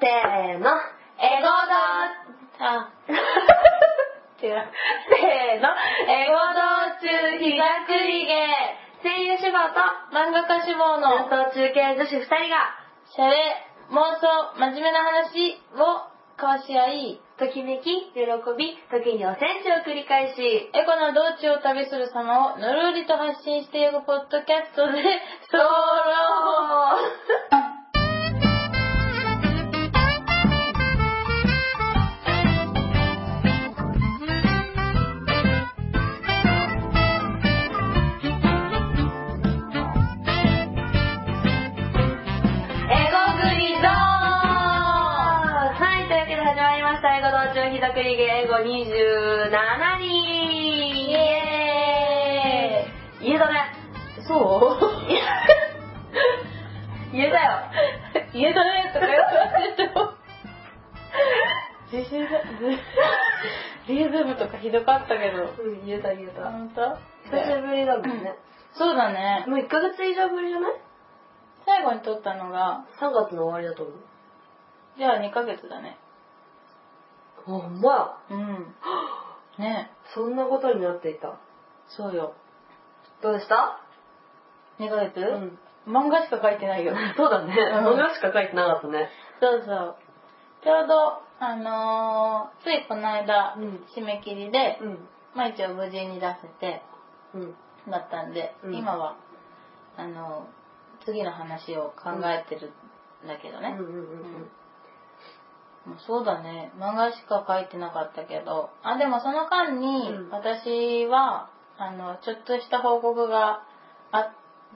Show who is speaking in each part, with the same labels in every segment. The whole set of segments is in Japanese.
Speaker 1: せーの。エゴドあ、 違う。せーの。エゴ道中日がくりげ。声優志望と漫画家志望の中等中継女子二人が、シャレ、妄想、真面目な話を交わし合い、ときめき、喜び、時にお戦士を繰り返し、エゴの道中を旅する様をのろりと発信しているポッドキャストで、ソローエゴグリゾーンはい、というわけで始まりました、エゴ道中ひどくりげエゴ27人イエーイ言えたね。 そう言えたよ。 言えたねとか言ってたでしょ。
Speaker 2: 自信だリズムとかひどかったけど
Speaker 1: うん、言えた言えた。
Speaker 2: 本当
Speaker 1: 久しぶりだもんね。
Speaker 2: そうだね
Speaker 1: もう1ヶ月以上ぶりじゃない
Speaker 2: 最後に撮ったのが
Speaker 1: ?3 月の終わりだと思う。
Speaker 2: じゃあ2ヶ月だね
Speaker 1: ほんま
Speaker 2: うんね
Speaker 1: そんなことになっていた。
Speaker 2: そうよ
Speaker 1: どうでした
Speaker 2: 2ヶ月、
Speaker 1: うん。
Speaker 2: 漫画しか書いて ないよ
Speaker 1: そうだね。
Speaker 2: うん
Speaker 1: 漫画しか書いてなかったね。
Speaker 2: そうそうちょうどあのー、ついこの間、
Speaker 1: うん
Speaker 2: 締め切りで、
Speaker 1: うん。
Speaker 2: まあ一応無事に出せて
Speaker 1: うん。
Speaker 2: だったんで、
Speaker 1: うん
Speaker 2: 今はあのー次の話を考えてるんだけどね、
Speaker 1: うんうんうんうん。
Speaker 2: もうそうだね漫画しか書いてなかったけどあでもその間に
Speaker 1: うん
Speaker 2: 私は、あのちょっとした報告があ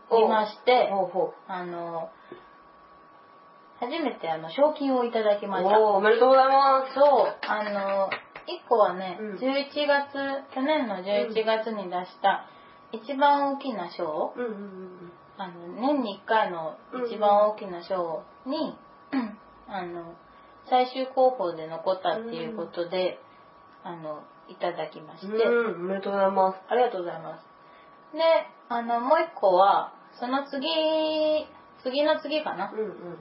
Speaker 1: お
Speaker 2: りまして
Speaker 1: ほうほ
Speaker 2: あの初めてあの賞金をいただき
Speaker 1: う。
Speaker 2: ましたそう
Speaker 1: おーおめでとうございます。
Speaker 2: あの1個はね、
Speaker 1: う
Speaker 2: 11
Speaker 1: ん
Speaker 2: 月去年の11月に出した一番大きな賞、
Speaker 1: うんうんうん
Speaker 2: あの年に1回の一番大きな賞に、あの最終候補で残ったっていうことで、あのいただきまして、
Speaker 1: うん。うん、おめでとうございます。
Speaker 2: ありがとうございます。であのもう1個はその次次の次かな
Speaker 1: うんうん。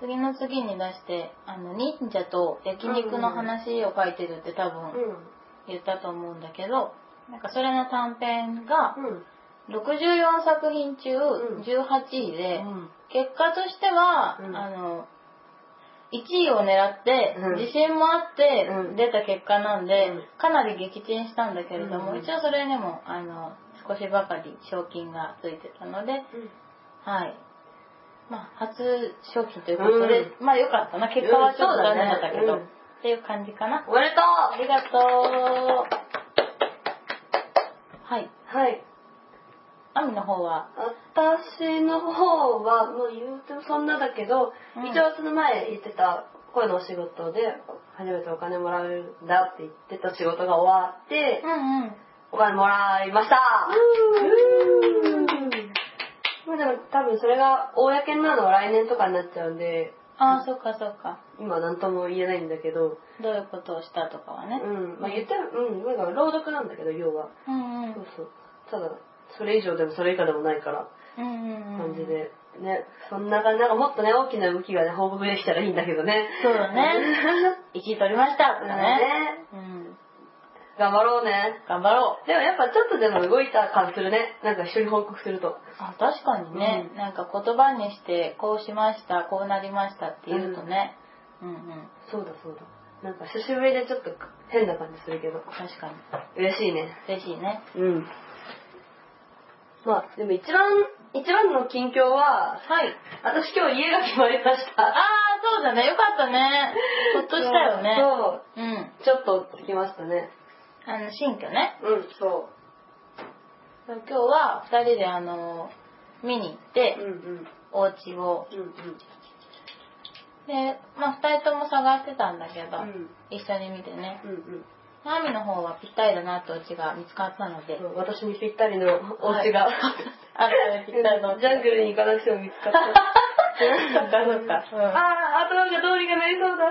Speaker 2: 次の次に出してあの忍者と焼肉の話を書いてるって多分言ったと思うんだけど、なんかそれの短編が
Speaker 1: うん。うん。
Speaker 2: 64作品中
Speaker 1: う
Speaker 2: 18
Speaker 1: ん
Speaker 2: 位で、
Speaker 1: うん
Speaker 2: 結果としては、
Speaker 1: うん
Speaker 2: あの1位を狙って、
Speaker 1: うん
Speaker 2: 自信もあって
Speaker 1: うん
Speaker 2: 出た結果なんで、
Speaker 1: うん
Speaker 2: かなり撃沈したんだけれども、
Speaker 1: うん
Speaker 2: 一応それでもあの少しばかり賞金がついてたので、はい。まあ、初賞金ということで、まあよかったな。結果はちょっと残念だったけ
Speaker 1: うん
Speaker 2: ど、
Speaker 1: そうだね
Speaker 2: っていう感じかな。
Speaker 1: おめでと
Speaker 2: ありがとう。はい。
Speaker 1: うはい。
Speaker 2: アミの方は、
Speaker 1: 私の方は、もう言うてもそんなだけど、
Speaker 2: うん
Speaker 1: 一応その前言ってた声のお仕事で、初めてお金もらえるんだって言ってた仕事が終わって、
Speaker 2: んうん。
Speaker 1: お金もらいました
Speaker 2: うーん
Speaker 1: まあでも多分それが公になるのは来年とかになっちゃうんで、
Speaker 2: ああ、そっかそっか。
Speaker 1: 今何とも言えないんだけど、
Speaker 2: どういうことをしたとかは
Speaker 1: う
Speaker 2: ね。
Speaker 1: ん、まあ言っても、うん、まあ朗読なんだけど、要は。
Speaker 2: うんうん。
Speaker 1: そうそう。ただ、それ以上でもそれ以下でもないから、
Speaker 2: うんうんうん。
Speaker 1: 感じ。で。ね、そんな感じ、なんかもっとね、大きな動きがね、報告できたらいいんだけどね。
Speaker 2: そう だね。1位取りましたと
Speaker 1: う
Speaker 2: か
Speaker 1: ん
Speaker 2: ね。
Speaker 1: ね。
Speaker 2: うん。
Speaker 1: 頑張ろうね。
Speaker 2: 頑張ろう。
Speaker 1: でもやっぱちょっとでも動いた感するね。なんか人に報告すると。
Speaker 2: あ確かにね、
Speaker 1: う
Speaker 2: なんか言葉にしてこうしましたこうなりましたっていうとね、うん、うん
Speaker 1: そうだそうだ。なんか久しぶりでちょっと変な感じするけど。
Speaker 2: 確かに
Speaker 1: 嬉しいね。
Speaker 2: 嬉しいね
Speaker 1: うん。まあ、でも一番、一番の近況は、
Speaker 2: はい
Speaker 1: 私今日家が決まりまし
Speaker 2: ああ
Speaker 1: た。
Speaker 2: そうだねよかったねほっとしたよね
Speaker 1: そう
Speaker 2: うん
Speaker 1: う。ちょっと着きましたね。
Speaker 2: あの新居ね
Speaker 1: うん、そ
Speaker 2: 今日は2人であの見に行っ
Speaker 1: う
Speaker 2: て、
Speaker 1: うんうん。
Speaker 2: お家を
Speaker 1: うんうん。
Speaker 2: でまあ2人とも探してたんだけど、
Speaker 1: うん
Speaker 2: 一緒に見てね
Speaker 1: うんうん
Speaker 2: ナミの方はぴったりだなってお家が見つかったので、
Speaker 1: そう私にぴったりのお家が、
Speaker 2: はい あったぴったりのお
Speaker 1: ジャン
Speaker 2: 家
Speaker 1: グルに行かなくても見つ かった。
Speaker 2: そっかそっかうん
Speaker 1: ああ、あとなんか通りがなりそうだ。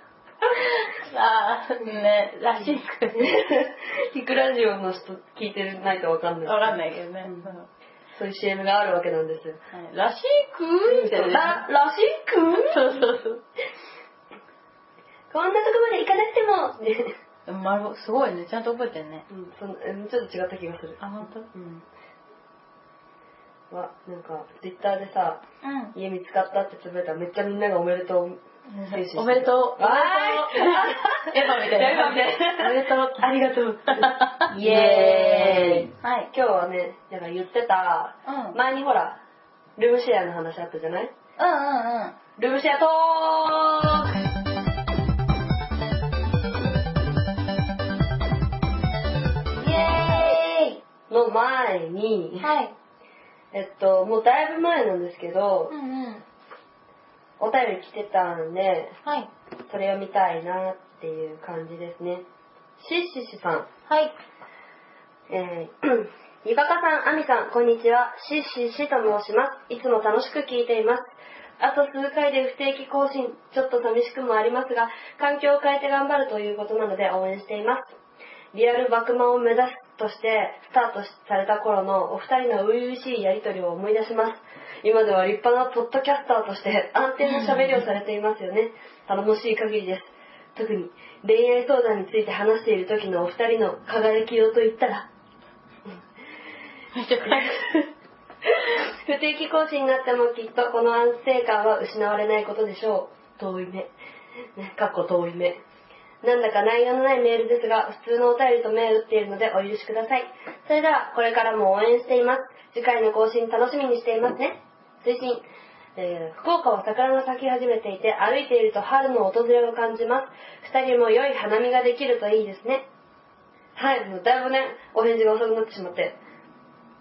Speaker 2: あーね、らしく。
Speaker 1: 聞くラジオの人聞いてないとわかんない。
Speaker 2: わかんないけどね。
Speaker 1: うんそういう CM があるわけなんですよ。
Speaker 2: はいらしくみたい
Speaker 1: ら
Speaker 2: な。
Speaker 1: らしく
Speaker 2: そうそうそう。
Speaker 1: こんなとこまで行かなくてもね
Speaker 2: でも丸すごいね、ちゃんと覚えてるね。
Speaker 1: うん、そんうんちょっと違った気がする。
Speaker 2: あ、本当？う
Speaker 1: うん。わ、なんか、ツイッターでさ、
Speaker 2: ん。
Speaker 1: 家見つかったってつぶやいたらめっちゃみんながおめでとう。
Speaker 2: おめでとう。
Speaker 1: わ
Speaker 2: エヴァみたいな。
Speaker 1: エヴァみ たいな
Speaker 2: おめでとう。
Speaker 1: ありがと う。
Speaker 2: イエーイ。は
Speaker 1: 今。日はね、なんか言ってた、
Speaker 2: うん。
Speaker 1: 前にほら、ルームシェアの話あったじゃない
Speaker 2: うんうんうん。
Speaker 1: ルームシェアトー
Speaker 2: イエ
Speaker 1: クの前に、
Speaker 2: はい。
Speaker 1: えっと、もうだいぶ前なんですけど
Speaker 2: う、んうん。
Speaker 1: お便り来てたんで、
Speaker 2: はい。
Speaker 1: それを見たいなっていう感じですね。シッシッシさん、
Speaker 2: はい。
Speaker 1: え ー、ゆかかさん、あみさん、こんにちは。シッシッシと申します。いつも楽しく聞いています。あと数回で不定期更新、ちょっと寂しくもありますが、環境を変えて頑張るということなので応援しています。リアルバクマを目指すとしてスタートされた頃のお二人の初々しいやりとりを思い出します。今では立派なポッドキャスターとして安定な喋りをされていますよね。頼もしい限りです。特に恋愛相談について話している時のお二人の輝きようといったら、
Speaker 2: めっちゃ暗い。
Speaker 1: 不定期更新になってもきっとこの安定感は失われないことでしょう。遠い目。ね、かっこ遠い目。なんだか内容のないメールですが、普通のお便りと目打っているのでお許しください。それでは、これからも応援しています。次回の更新楽しみにしていますね。推進。えー福岡は桜が咲き始めていて、歩いていると春の訪れを感じます。二人も良い花見ができるといいですね。はい、もうだいぶね、お返事が遅くなってしまって。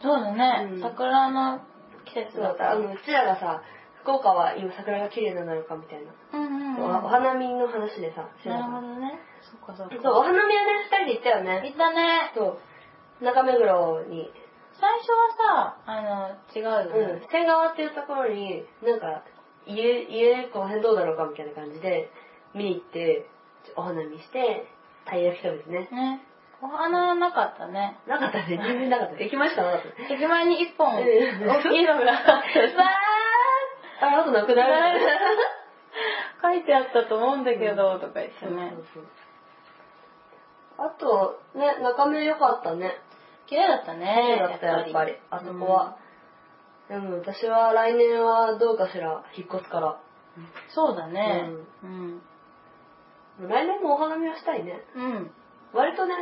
Speaker 2: そうだね、
Speaker 1: うん
Speaker 2: 桜の季節
Speaker 1: そう
Speaker 2: だ
Speaker 1: だ
Speaker 2: っ。
Speaker 1: ったたあのうちらがさ福岡は今桜が綺麗なのかみたいな、
Speaker 2: うんうん、うん。
Speaker 1: おお花見の話でさ
Speaker 2: なるほど
Speaker 1: ど
Speaker 2: ね。そっかそっか。
Speaker 1: そうお花見はね二人で行ったよね
Speaker 2: いたね。
Speaker 1: そう中目黒に、
Speaker 2: 最初はさ、あの、違
Speaker 1: う
Speaker 2: うんよね。
Speaker 1: 千川っていうところになんか家家この辺どうだろうかみたいな感じで見に行ってお花見してたい焼き食べてね
Speaker 2: ね。お花なかったね。
Speaker 1: なかったね全然なかった駅前しかなかったね
Speaker 2: 駅前に一本
Speaker 1: うん
Speaker 2: 大きい のがあって
Speaker 1: わーああとなくなる
Speaker 2: ない 書いてあったと思うんだけど、とか言ってね。
Speaker 1: あと、ね、中目良かったね。
Speaker 2: 綺麗だったね。
Speaker 1: 綺麗だったやっぱり。あそこは。。でも私は来年はどうかしら、引っ越すから。
Speaker 2: うんそうだね。うん。
Speaker 1: 来年もお花見はしたいね。
Speaker 2: うん。
Speaker 1: 割とね、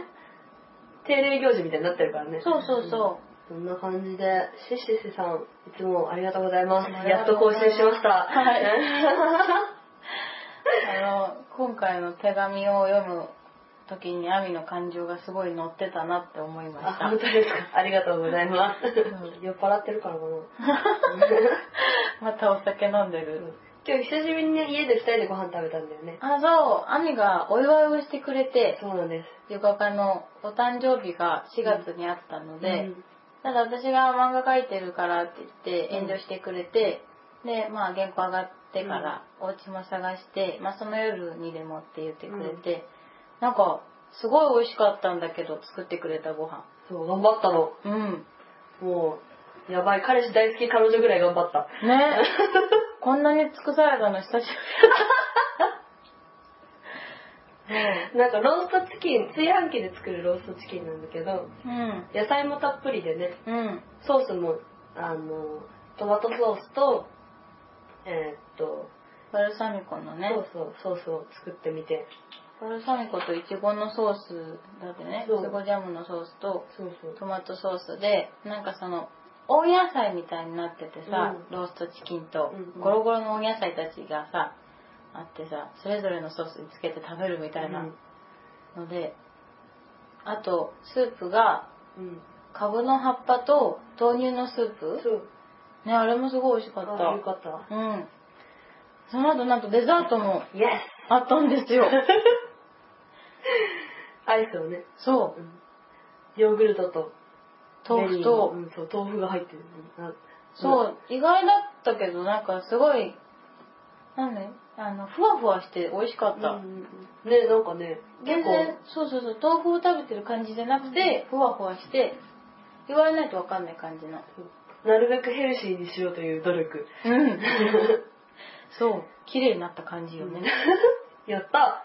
Speaker 1: 定例行事みたいになってるからね。
Speaker 2: そうそうそう。
Speaker 1: そんな感じで、シッシッシさん、いつもありがとうございます。
Speaker 2: あり
Speaker 1: や
Speaker 2: が
Speaker 1: っ
Speaker 2: と
Speaker 1: と
Speaker 2: うご
Speaker 1: 更
Speaker 2: ざい
Speaker 1: 新
Speaker 2: ます
Speaker 1: しました。
Speaker 2: はい
Speaker 1: う
Speaker 2: あの今回の手紙を読む時にアミの感情がすごい乗ってたなって思いま
Speaker 1: んあ
Speaker 2: し、た。
Speaker 1: 本当ですか。ありがとうございます。
Speaker 2: う
Speaker 1: 酔っ払ってるからかな。
Speaker 2: またお酒飲んでる。
Speaker 1: 今日久しぶりにね、家で二人でご飯食べたんだよね。
Speaker 2: あ、そう、アミがお祝いをしてくれて、
Speaker 1: そうなんです。
Speaker 2: ヨガ家のお誕生日が4月にあったので、
Speaker 1: うん
Speaker 2: ただ私が漫画描いてるからって言って
Speaker 1: う
Speaker 2: 遠
Speaker 1: ん
Speaker 2: 慮してくれて、で、まあ原稿上がってからお家も探して、まあその夜にでもって言ってくれて、なんかすごい美味しかったんだけど作ってくれたご飯。
Speaker 1: そう、頑張ったの。
Speaker 2: うん。
Speaker 1: もう、やばい、彼氏大好き彼女ぐらい頑張った。
Speaker 2: ねこんなに尽くされたの久しぶり。
Speaker 1: なんかローストチキン、炊飯器で作るローストチキンなんだけど、
Speaker 2: うん。
Speaker 1: 野菜もたっぷりでね、
Speaker 2: うん。
Speaker 1: ソースも、あの、トマトソースと、えーっと、
Speaker 2: バルサミコのね。
Speaker 1: そうそう、ソースを作ってみて。
Speaker 2: バルサミコとイチゴのソースだってね、
Speaker 1: そう
Speaker 2: イチゴジャムのソースと
Speaker 1: そうそう。
Speaker 2: トマトソースで、なんかその、温野菜みたいになっててさ、
Speaker 1: うん
Speaker 2: ローストチキンと
Speaker 1: うんう、ん
Speaker 2: ゴロゴロの温野菜たちがさ、あってさ、それぞれのソースにつけて食べるみたいなので、あと、スープが、
Speaker 1: うん。
Speaker 2: カブの葉っぱと豆乳のスープ
Speaker 1: そう。
Speaker 2: ね、あれもすごい美味しか
Speaker 1: あよ
Speaker 2: っ
Speaker 1: かった。
Speaker 2: た。うん。その後、なんとデザートも
Speaker 1: イエ
Speaker 2: あったんですよ。
Speaker 1: ス アイスをね、
Speaker 2: そう
Speaker 1: う。んヨーグルトと、
Speaker 2: 豆腐と
Speaker 1: ベリーのうんそう、豆腐が入ってる。な
Speaker 2: そう、意外だったけど、なんかすごい、なんね、あの、ふわふわして美味しかった。
Speaker 1: うんねなんかね
Speaker 2: 全然、そうそうそう、豆腐を食べてる感じじゃなくて、ふわふわして、言われないとわかんない感じの。
Speaker 1: そうなるべくヘルシーにしようという努力。
Speaker 2: うん。そう。綺麗になった感じよね。
Speaker 1: やった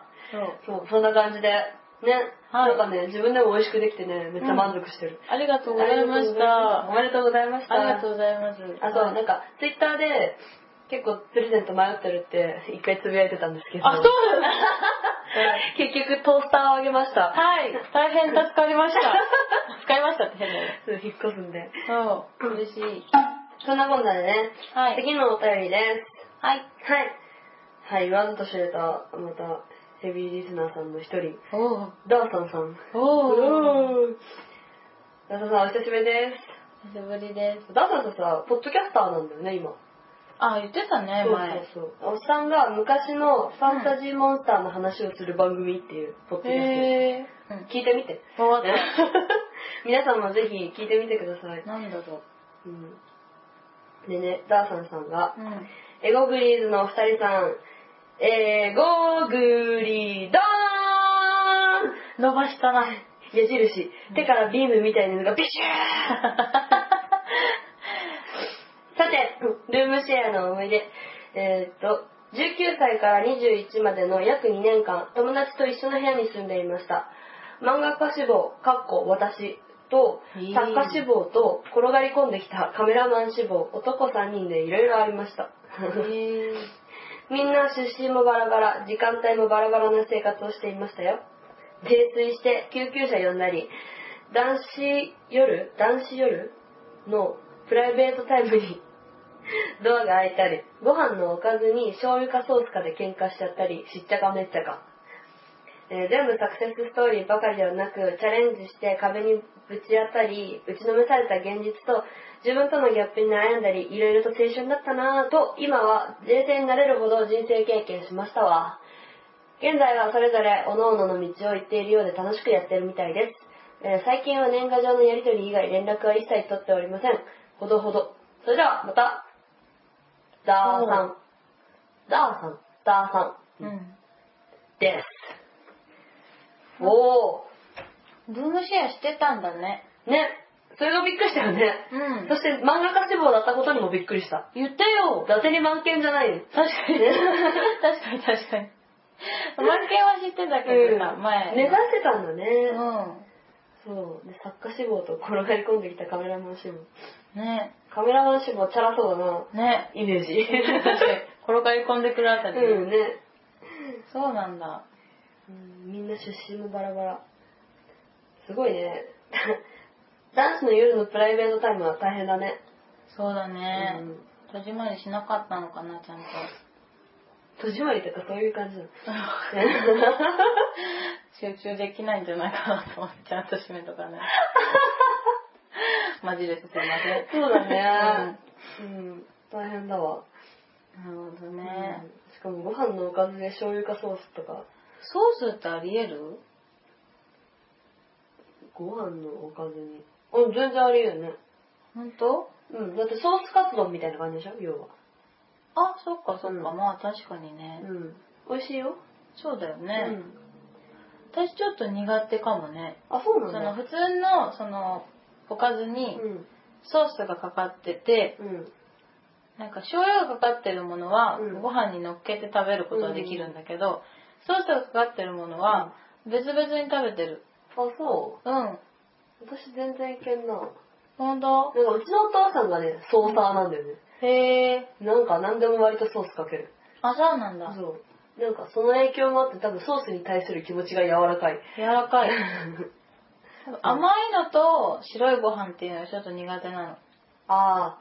Speaker 2: そう。
Speaker 1: そう、そんな感じで。ね、
Speaker 2: はい
Speaker 1: なんかね、自分でも美味しくできてね、めっちゃ満足してる。
Speaker 2: ありがとうございました。
Speaker 1: お
Speaker 2: あ
Speaker 1: めでとうございました。
Speaker 2: りがとうございます。
Speaker 1: あと、なんか、ツイッターで、結構プレゼント迷ってるって、一回つぶやいてたんですけど。
Speaker 2: あ、 そうだよね。
Speaker 1: 結局、トースターをあげました。
Speaker 2: はい。大変助かりま した。助かりましたって変だよね。
Speaker 1: うん引っ越すんで。
Speaker 2: そう。嬉しい。
Speaker 1: そんなこんなでね、
Speaker 2: はい
Speaker 1: 次のお便りです。
Speaker 2: はい。
Speaker 1: はい。はい、言わずと知れた、また、ヘビーリスナーさんの一人、
Speaker 2: おお
Speaker 1: ダーサンさん。
Speaker 2: おお
Speaker 1: うんダーサンさん、お久しぶりで
Speaker 2: 久しぶりです。
Speaker 1: す。ダーサンさんさ、ポッドキャスターなんだよね、今。
Speaker 2: あ、言ってたね、前。
Speaker 1: そうそうそう。おっさんが昔のファンタジーモンスターの話をする番組っていう、ポッドキャスト。
Speaker 2: へえ。うん。
Speaker 1: 聞いてみて。
Speaker 2: 終わった。
Speaker 1: 皆さんもぜひ聞いてみてくだ さい。
Speaker 2: なんだろ
Speaker 1: うん、でね、ダーサンさんが
Speaker 2: う。、うん。
Speaker 1: エゴグリーズのお二人さん、エゴグリドーン
Speaker 2: 伸ばした な。
Speaker 1: 矢印、手からビームみたいなのがビシューさて、ルームシェアの思い出。えーっと、19歳から21までの約2年間、友達と一緒の部屋に住んでいました。漫画家志望、かっこ私と、
Speaker 2: いい
Speaker 1: 作家志望と、転がり込んできたカメラマン志望、男3人でいろいろありました。
Speaker 2: へえ。
Speaker 1: みんな出身もバラバラ、時間帯もバラバラな生活をしていましたよ。泥酔して救急車呼んだり、男子夜、男子夜のプライベートタイムにドアが開いたり、ご飯のおかずに醤油かソースかで喧嘩しちゃったり、しっちゃかめっちゃか。えー全部サクセスストーリーばかりではなく、チャレンジして壁にぶち当たり、打ちのめされた現実と、自分とのギャップに悩んだり、いろいろと青春だったなぁと、今は冷静になれるほど人生経験しましたわ。現在はそれぞれ各々の道を行っているようで楽しくやってるみたいです。えー最近は年賀状のやり取り以外連絡は一切取っておりません。ほどほど。それでは、また。ダーさん。ダーさん。ダーさん。
Speaker 2: うん。
Speaker 1: です。おー。
Speaker 2: ルームシェアしてたんだね。
Speaker 1: ね、それがびっくりしたよね。
Speaker 2: うん
Speaker 1: そして漫画家志望だったことにもびっくりした。
Speaker 2: 言ったよ。
Speaker 1: 伊達に満点じゃないよ。確かに ね。
Speaker 2: 確かに確 かに。満点は知ってたけどさ、前。
Speaker 1: 目指してたんだね。
Speaker 2: う
Speaker 1: そう。で、作家志望と転がり込んできたカメラマン志望。
Speaker 2: ん。ね。
Speaker 1: カメラマン志望チャラそうだな。
Speaker 2: ね。
Speaker 1: イメージ。
Speaker 2: 確かに転がり込んでくるあたり。
Speaker 1: うんね。
Speaker 2: そうなんだ。
Speaker 1: うんみんな出身もバラバラ。すごいね。 男子の夜のプライベートタイムは大変だね。
Speaker 2: そうだね
Speaker 1: うん。
Speaker 2: 閉じまりしなかったのかな、ちゃん と。
Speaker 1: 戸締まりとかそういう感じなの。
Speaker 2: 集中できないんじゃないかなと思って、ちゃんと閉めと かね。マジです、すいません。
Speaker 1: そうだね。うん。大変だわ。
Speaker 2: うん。なるほどね。
Speaker 1: しかもご飯のおかずで醤油かソースとか
Speaker 2: ソースってあり得る
Speaker 1: ご飯のおかずにうん全然ありえるね
Speaker 2: 本当
Speaker 1: うんだってソースカツ丼みたいな感じでしょ要は
Speaker 2: あ、そっかそっか。
Speaker 1: うん
Speaker 2: まあ確かにね。
Speaker 1: ん美味しいよ、
Speaker 2: そうだよ
Speaker 1: う
Speaker 2: ね。私ちょっと苦手かもね。
Speaker 1: あそう
Speaker 2: そ
Speaker 1: な
Speaker 2: の
Speaker 1: んだ
Speaker 2: 普通の、その、おかずに
Speaker 1: うん
Speaker 2: ソースがかかってて、
Speaker 1: うん
Speaker 2: なんか醤油がかかってるものは
Speaker 1: うん
Speaker 2: ご飯に乗っけて食べることはできるんだけど、ソースがかかってるものは別々に食べてる。
Speaker 1: あそ
Speaker 2: うん。
Speaker 1: う私全然いけんななんか
Speaker 2: ほんと
Speaker 1: うちのお父さんがねソーサーなんだよね
Speaker 2: へえ。
Speaker 1: なんか何でも割とソースかける
Speaker 2: あ、そうなんだ。
Speaker 1: そうなんかその影響もあって多分ソースに対する気持ちが柔らかい
Speaker 2: 柔らかい。 甘いのと白いご飯っていうのはちょっと苦手なの。
Speaker 1: ああ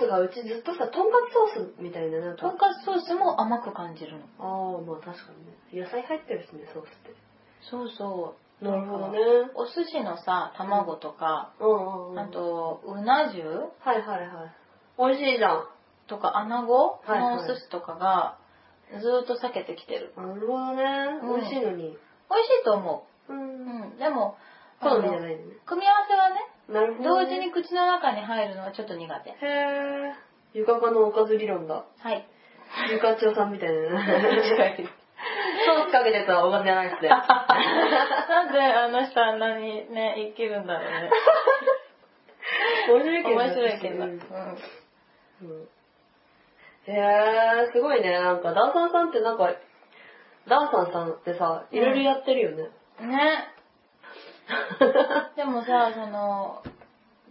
Speaker 1: ソースがうちずっとさとんかつソースみたいななん
Speaker 2: と
Speaker 1: か
Speaker 2: んかつソースも甘く感じるの。
Speaker 1: ああまあ確かにね野菜入ってるしねソースって
Speaker 2: そうそう。
Speaker 1: なるほどね
Speaker 2: なんかお寿司のさ、卵とか、
Speaker 1: うんうんうん
Speaker 2: あと、うな重
Speaker 1: はいはいはい美味しいじゃん
Speaker 2: とか、穴子
Speaker 1: はいはい
Speaker 2: のお寿司とかが、ずーっと避けてきてる。
Speaker 1: なるほどね、
Speaker 2: うん
Speaker 1: 美味しいの
Speaker 2: 美味
Speaker 1: に
Speaker 2: しいと思
Speaker 1: う
Speaker 2: う。うんん。でも、
Speaker 1: 好みじゃ
Speaker 2: あ
Speaker 1: な
Speaker 2: の
Speaker 1: いのね
Speaker 2: 組み合わせはね、
Speaker 1: なるほど、
Speaker 2: 同
Speaker 1: ね、
Speaker 2: 時に口の中に入るのはちょっと苦手。
Speaker 1: へえゆかかのおかず理論 だ
Speaker 2: はい。
Speaker 1: ゆかちょうさんみたいなね
Speaker 2: に。
Speaker 1: ソースかけてたらおかずじゃないっすね
Speaker 2: なんであの人あんなにね、生きるんだろうね。
Speaker 1: 面白いけど。
Speaker 2: 面白いけど。
Speaker 1: う
Speaker 2: うんん
Speaker 1: うんへえー、すごいね。なんか、ダンサーさんってなんか、ダンサーさんってさ、いろいろやってるよ ね。
Speaker 2: ね。でもさ、その、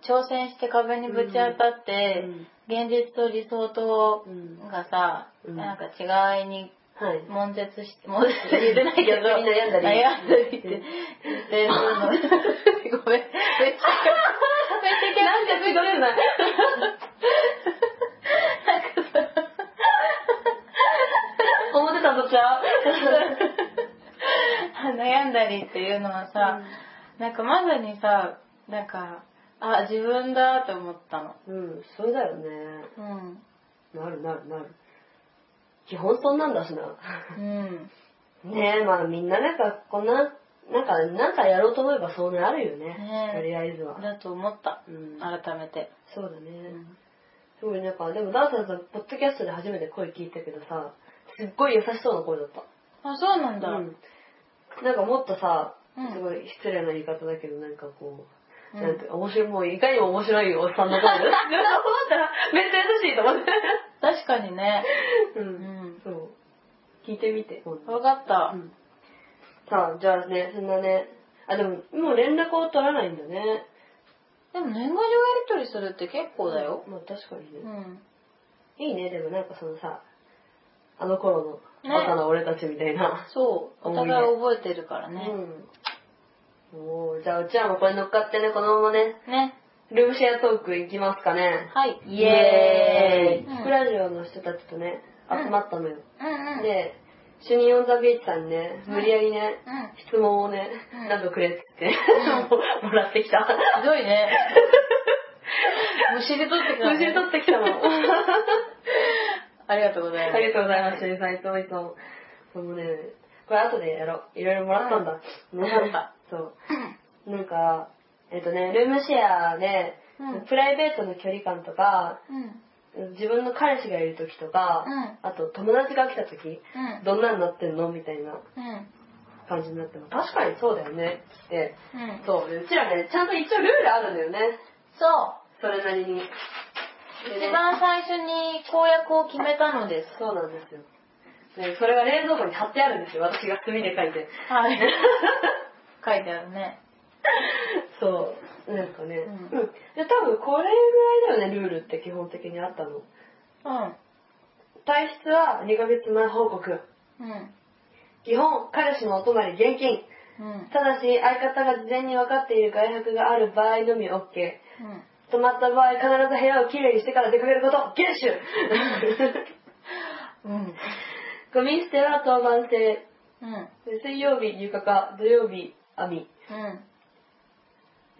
Speaker 2: 挑戦して壁にぶち当たって、現実と理想とがさ、
Speaker 1: うん
Speaker 2: なんか違いに
Speaker 1: はい。
Speaker 2: 悶絶して、悶絶して言ってないけど、
Speaker 1: 逆に悩んだり
Speaker 2: 悩んだりって、言ってるの。ごめん。めっちゃ、めっちゃ
Speaker 1: なんかすごくない思ってたのちゃう
Speaker 2: 悩んだりっていうのはさ、なんかまさにさ、なんか、あ、自分だと思ったの。
Speaker 1: うん、そうだよね。
Speaker 2: うん。
Speaker 1: なるなるなる。基本そんなんだしな。
Speaker 2: うん。
Speaker 1: ねえ、まあみんななんか、こんな、なんか、なんかやろうと思えばそうなるよね。
Speaker 2: ねえ
Speaker 1: とりあえずは。
Speaker 2: だと思った。
Speaker 1: うん。
Speaker 2: 改めて。
Speaker 1: そうだね。
Speaker 2: うん
Speaker 1: すごい、なんか、でもダンサーさん、ポッドキャストで初めて声聞いたけどさ、すっごい優しそうな声だった。
Speaker 2: あ、そうなんだ。
Speaker 1: うん。なんかもっとさ
Speaker 2: う、ん
Speaker 1: すごい失礼な言い方だけど、なんかこう、
Speaker 2: うん
Speaker 1: なんて、面白い、もういかにも面白いおっさんの声だ思ったら、めっちゃ優しいと思って。
Speaker 2: 確かにね。
Speaker 1: う。
Speaker 2: うんん。
Speaker 1: そう。聞いてみて。
Speaker 2: わかった。
Speaker 1: うんさあ、じゃあね、そんなね、あ、でも、もう連絡を取らないんだね。
Speaker 2: でも年賀状やり取りするって結構だよ。
Speaker 1: まあ確かにね。
Speaker 2: うん。
Speaker 1: いいね、でもなんかそのさ、あの頃の、
Speaker 2: ね
Speaker 1: バカな俺たちみたいな。
Speaker 2: そう。お互い覚えてるからね。
Speaker 1: うん。おーじゃあうちらもこれ乗っかってね、このままね、
Speaker 2: ね。
Speaker 1: ルームシェアトーク行きますかね。
Speaker 2: はい。
Speaker 1: イエーイ、
Speaker 2: うん
Speaker 1: プラジオの人たちとね、
Speaker 2: うん
Speaker 1: 集まったのよ。
Speaker 2: うんうん。
Speaker 1: で、主任オンザビーチさんにね、無理やりね、
Speaker 2: うん。
Speaker 1: 質問をね、
Speaker 2: うん
Speaker 1: なんとくれって言って、 もらってきた。
Speaker 2: ひどいね。むしり取ってく
Speaker 1: 無事に取ってきたの。あ
Speaker 2: ありがとうございます。
Speaker 1: りがとうございます、主任さん、いつもいつも。でもね、これ後でやろう。いろいろもらったんだ。も
Speaker 2: もらった。
Speaker 1: そう。なんか、えっとね、ルームシェアで、
Speaker 2: うん
Speaker 1: プライベートの距離感とか、
Speaker 2: うん。うん。
Speaker 1: 自分の彼氏がいる時とか、
Speaker 2: うん
Speaker 1: あと友達が来た時、どんなになってんのみたいな
Speaker 2: うん。
Speaker 1: 感じになっても、確かにそうだよねって。
Speaker 2: うん。
Speaker 1: そう、うちらね、ちゃんと一応ルールあるんだよね。
Speaker 2: そう。
Speaker 1: それなりに。でね
Speaker 2: 一番最初に公約を決めたのです。
Speaker 1: そうなんですよ。ね、それが冷蔵庫に貼ってあるんですよ、私が墨で書いて。
Speaker 2: はい。書いてあるね。
Speaker 1: そう、なんかね。う
Speaker 2: うんん。
Speaker 1: で、多分これぐらいだよね、ルールって基本的にあったの。
Speaker 2: うん。
Speaker 1: 体質は2ヶ月前報告。
Speaker 2: うん。
Speaker 1: 基本、彼氏のお泊まり現金。
Speaker 2: うん。
Speaker 1: ただし、相方が事前に分かっている外泊がある場合のみ OK。
Speaker 2: うん。
Speaker 1: 泊まった場合、必ず部屋をきれいにしてから出かけること。厳 守
Speaker 2: うん。
Speaker 1: ゴミ捨ては当番制。
Speaker 2: うん。
Speaker 1: で水曜日、床か、土曜日、網。
Speaker 2: うん。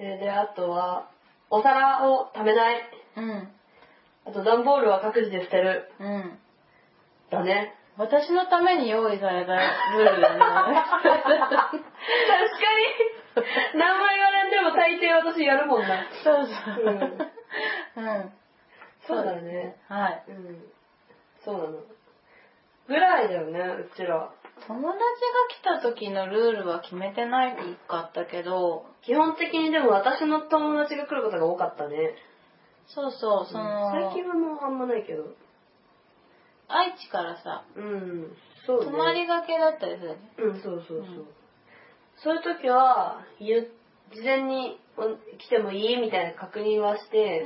Speaker 1: えーで、あとは、お皿を溜めない。
Speaker 2: うん。
Speaker 1: あと、段ボールは各自で捨てる。
Speaker 2: うん。
Speaker 1: だね。
Speaker 2: 私のために用意されたルールだね。
Speaker 1: 確かに。何枚言われんでも大抵私やるもんな。
Speaker 2: そう
Speaker 1: う
Speaker 2: そう。うん。
Speaker 1: そうだね。
Speaker 2: はい。
Speaker 1: うん。そうなの。ぐらいだよね、うちら。
Speaker 2: 友達が来た時のルールは決めてないかったけど、
Speaker 1: 基本的にでも私の友達が来ることが多かったね。
Speaker 2: そうそう、その
Speaker 1: 最、近はもうあんまないけど。
Speaker 2: 愛知からさ、
Speaker 1: うん。そうね。
Speaker 2: 泊まりがけだったりするよね。
Speaker 1: うん、そうそうそう。
Speaker 2: うん
Speaker 1: そういう時は、言う事前にお来てもいいみたいな確認はして、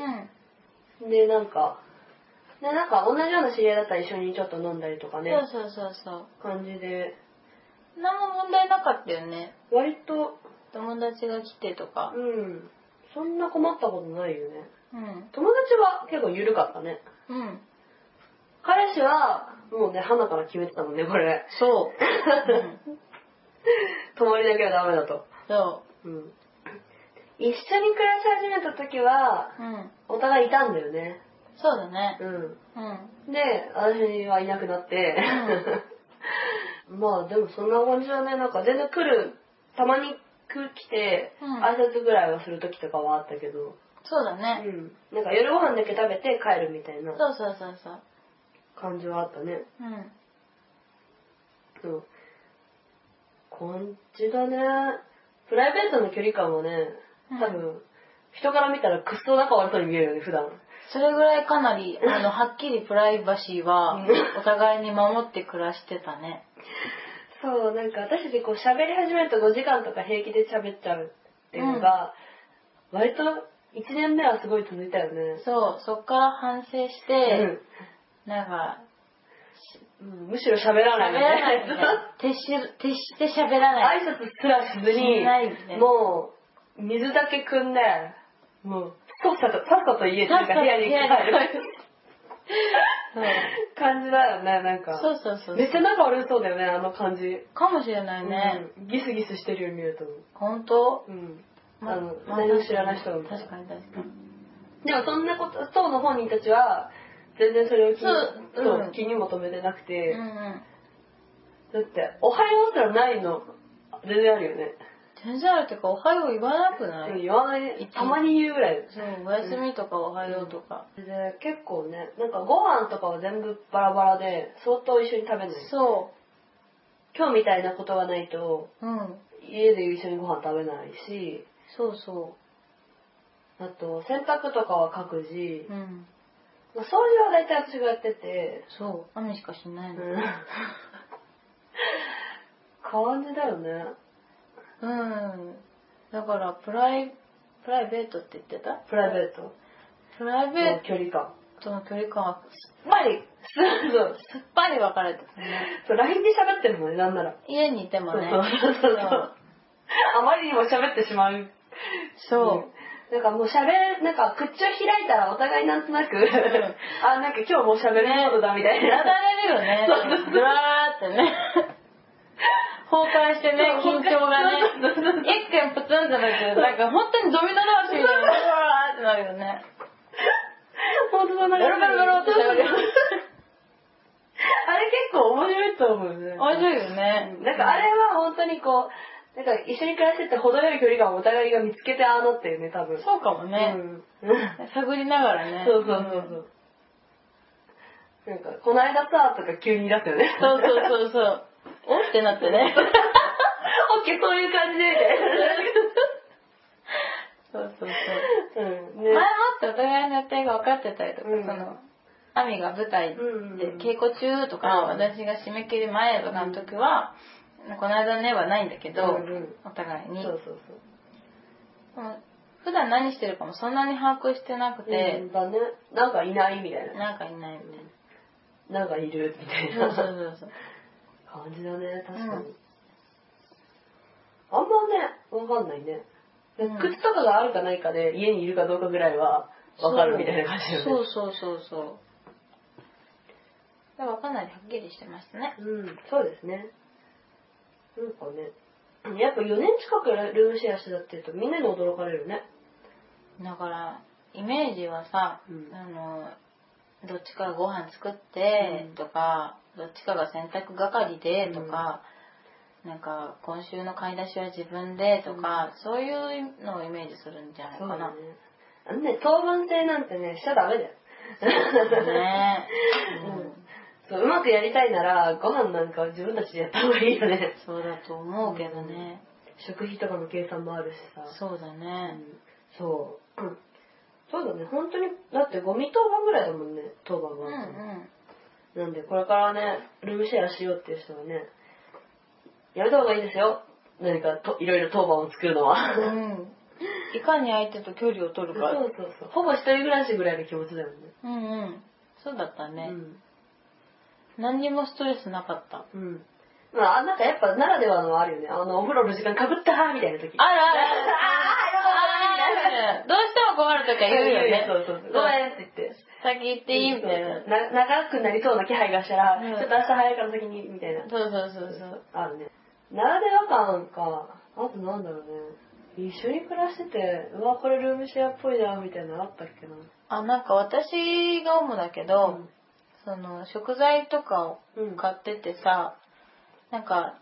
Speaker 1: で、なんか、で、なんか同じような知り合いだったら一緒にちょっと飲んだりとか
Speaker 2: うん。
Speaker 1: ね、
Speaker 2: そうそうそうそ
Speaker 1: 感じで、
Speaker 2: う。何も問題なかったよね。
Speaker 1: 割と、
Speaker 2: 友達が来てとか。
Speaker 1: うん、そんな困ったことないよね。
Speaker 2: うん。
Speaker 1: 友達は結構緩かったね。
Speaker 2: うん。
Speaker 1: 彼氏は、もうね、花から決めてたもんね、これ。
Speaker 2: そう。うん、
Speaker 1: 泊まりだけはダメだと。
Speaker 2: そ
Speaker 1: うん。一緒に暮らし始めた時は、
Speaker 2: う。うん。
Speaker 1: お互いいたんだよね。
Speaker 2: そうだね。
Speaker 1: うん。
Speaker 2: うん。
Speaker 1: で、私はいなくなって、 まあでもそんな感じだね、なんか全然来る、たまに来来て、
Speaker 2: うん
Speaker 1: 挨拶ぐらいはする時とかはあったけど、
Speaker 2: そうだ
Speaker 1: う
Speaker 2: ね。
Speaker 1: ん。なんか夜ご飯だけ食べて帰るみたいな
Speaker 2: そうそうそうそう。
Speaker 1: 感じはあったね。
Speaker 2: うん。
Speaker 1: そう。感じだね。プライベートの距離感はね、多分、人から見たらくっそ仲悪そうに見えるよね、普段。
Speaker 2: それぐらいかなり、あの、はっきりプライバシーは
Speaker 1: うん、
Speaker 2: お互いに守って暮らしてたね。
Speaker 1: そう、なんか私たちこう喋り始めると5時間とか平気で喋っちゃうっていうのが、割と1年目はすごい続いたよね。
Speaker 2: そう、そっから反省して、なんか、
Speaker 1: うんむしろ喋ら
Speaker 2: 喋
Speaker 1: な
Speaker 2: ら
Speaker 1: い
Speaker 2: ない
Speaker 1: み
Speaker 2: み
Speaker 1: た
Speaker 2: たい
Speaker 1: いな。
Speaker 2: な。徹し、徹して喋らない。
Speaker 1: 挨拶すらせず
Speaker 2: し
Speaker 1: に
Speaker 2: ないみたい、な
Speaker 1: もう、水だけくんで、もう、さっさと、さっさと家っていうか
Speaker 2: さっさと
Speaker 1: 部屋に帰
Speaker 2: 部屋に帰
Speaker 1: る感じだよね、なんか。
Speaker 2: そうそうそうそう。
Speaker 1: めっちゃ仲悪そうだよね、あの感じ。
Speaker 2: かもしれないね。
Speaker 1: うんギスギスしてるように見ると。
Speaker 2: 本当
Speaker 1: うん。
Speaker 2: ま
Speaker 1: あの、
Speaker 2: ま
Speaker 1: 何も知らない人が見た
Speaker 2: 確かに確かに。
Speaker 1: でもそんなこと、当の本人たちは、全然それを気に
Speaker 2: そう
Speaker 1: そう
Speaker 2: うん
Speaker 1: 気にも留めてなくて、
Speaker 2: うんうん。
Speaker 1: だって、おはようすらないの、全然あるよね。
Speaker 2: 全然あるっていうか、おはよう言わなくない、
Speaker 1: うん言わない、たまに言うぐらい。
Speaker 2: そう、おやすみとかおはようとか。
Speaker 1: で結構ね、なんかご飯とかは全部バラバラで、相当一緒に食べない。
Speaker 2: そ
Speaker 1: 今日みたいなことがないと、
Speaker 2: う。うん。
Speaker 1: 家で一緒にご飯食べないし、
Speaker 2: そうそ
Speaker 1: あと、洗濯とかは各自
Speaker 2: う。、うん。
Speaker 1: まあ、掃除は大体私がやってて、
Speaker 2: そう。雨しかしない
Speaker 1: う
Speaker 2: の。
Speaker 1: ん。感じだよね。
Speaker 2: うん。だから、プライ、プライベートって言ってた
Speaker 1: プライベート
Speaker 2: プライベ
Speaker 1: の
Speaker 2: ー
Speaker 1: 距離感。
Speaker 2: トの距離感は、すっぱり、
Speaker 1: そう
Speaker 2: すっぱり分かれてたね。
Speaker 1: そう。LINE で喋ってるもんね、なんなら。
Speaker 2: 家にいてもね。
Speaker 1: そうそうそうそう。あまりにも喋ってしまう。
Speaker 2: そう。
Speaker 1: なんかもう喋る、なんか口を開いたらお互いなんとなく、あ、なんか今日もう喋ることだみたい
Speaker 2: や
Speaker 1: な。
Speaker 2: られるよね
Speaker 1: そうそうそ。う
Speaker 2: ずらーってね。崩壊してね、
Speaker 1: そう
Speaker 2: 緊張がね
Speaker 1: そうそうそう。
Speaker 2: 一軒プツンじゃなくて、なんか本当にドミノ倒しみたいな、うわーってなるよね。
Speaker 1: 本当だ
Speaker 2: ゴ
Speaker 1: な。
Speaker 2: ロゴロゴロって
Speaker 1: そうそ
Speaker 2: な
Speaker 1: う
Speaker 2: るよね。
Speaker 1: あれ結構面白いと思うね。
Speaker 2: 面白いよね。
Speaker 1: なんかあれは本当にこう、なんか一緒に暮らしてて程よい距離感をお互いが見つけてああなってるね、多分。
Speaker 2: そうかもね。
Speaker 1: うん
Speaker 2: 探りながらね。
Speaker 1: そうそうそうそう。なんか、この間さ、とか急に出すよね。
Speaker 2: そうそうそうそう。おってなってね。
Speaker 1: オッケー、そういう感じで。
Speaker 2: そうそうそう。
Speaker 1: うん。
Speaker 2: 前
Speaker 1: ね
Speaker 2: も。ってお互いの予定が分かってたりとか、
Speaker 1: うん
Speaker 2: その、アミが舞台で
Speaker 1: うん
Speaker 2: 稽古中とか、
Speaker 1: うん
Speaker 2: 私が締め切り前とかの時は、この間ねはないんだけど、
Speaker 1: うんうん
Speaker 2: お互いに。
Speaker 1: そうそうそう。
Speaker 2: うん普段何してるかもそんなに把握してなく
Speaker 1: で、
Speaker 2: て、
Speaker 1: だね。なんかいないみたいな。
Speaker 2: なんかいないみたい
Speaker 1: なんかいるみたい
Speaker 2: な。そうそう
Speaker 1: な
Speaker 2: そう そう。
Speaker 1: 感じだね、確かに。
Speaker 2: うん
Speaker 1: あんまね、わかんないね。で
Speaker 2: うん
Speaker 1: 靴とかがあるかないかで、家にいるかどうかぐらいは、わかるみたいな感じだよね。
Speaker 2: そうそうそうそう。だからかなりはっきりしてましたね。
Speaker 1: うん、そうですね。なんかね、やっぱ4年近くルームシェアしてたっていうとみんなに驚かれるね。
Speaker 2: だから、イメージはさ、
Speaker 1: うん
Speaker 2: あの、どっちかがご飯作って
Speaker 1: うん
Speaker 2: とか、どっちかが洗濯係でとか、なんか今週の買い出しは自分でとか、そういうのをイメージするんじゃないかな。
Speaker 1: あのね、当番制なんてね、しちゃダメだよ。
Speaker 2: ね
Speaker 1: うんそううまくやりたいならご飯なんかを自分たちでやった方がいいよね。
Speaker 2: そうだと思うけどね。
Speaker 1: 食費とかの計算もあるしさ。
Speaker 2: そうだ
Speaker 1: う
Speaker 2: ね。
Speaker 1: んそう。うんそうだね、本当に、だってゴミ当番ぐらいだもんね、当番
Speaker 2: うんう
Speaker 1: は。
Speaker 2: ん。
Speaker 1: なんで、これからね、ルームシェアしようっていう人はね、やめた方がいいですよ。何かと、いろいろ当番を作るのは。
Speaker 2: うん。いかに相手と距離を取
Speaker 1: そう
Speaker 2: るか。
Speaker 1: そうそう。ほぼ一人暮らしぐらいの気持ちだよね。
Speaker 2: うんうん。そうだったね。
Speaker 1: うん。
Speaker 2: 何にもストレスなかった。
Speaker 1: うん。まあ、なんかやっぱならではのあるよね。あの、お風呂の時間かぶったみたいな時。
Speaker 2: あるある
Speaker 1: あーあるあ
Speaker 2: あ
Speaker 1: る
Speaker 2: るあるどうしても困るときは言うよね。
Speaker 1: そうそうそう。ごめんって言って。
Speaker 2: 先行っていいみたいな。
Speaker 1: な長くなりそうな気配がしたら、
Speaker 2: うん
Speaker 1: ちょっと明日早いから先に、みたいな。
Speaker 2: そうそうそうそう。
Speaker 1: あるね。ならでは感か。あとなんだろうね。一緒に暮らしてて、うわ、これルームシェアっぽいな、みたいなのあったっけな。
Speaker 2: あ、なんか私が主だけど、その食材とかを
Speaker 1: うん
Speaker 2: 買っててさ、なんか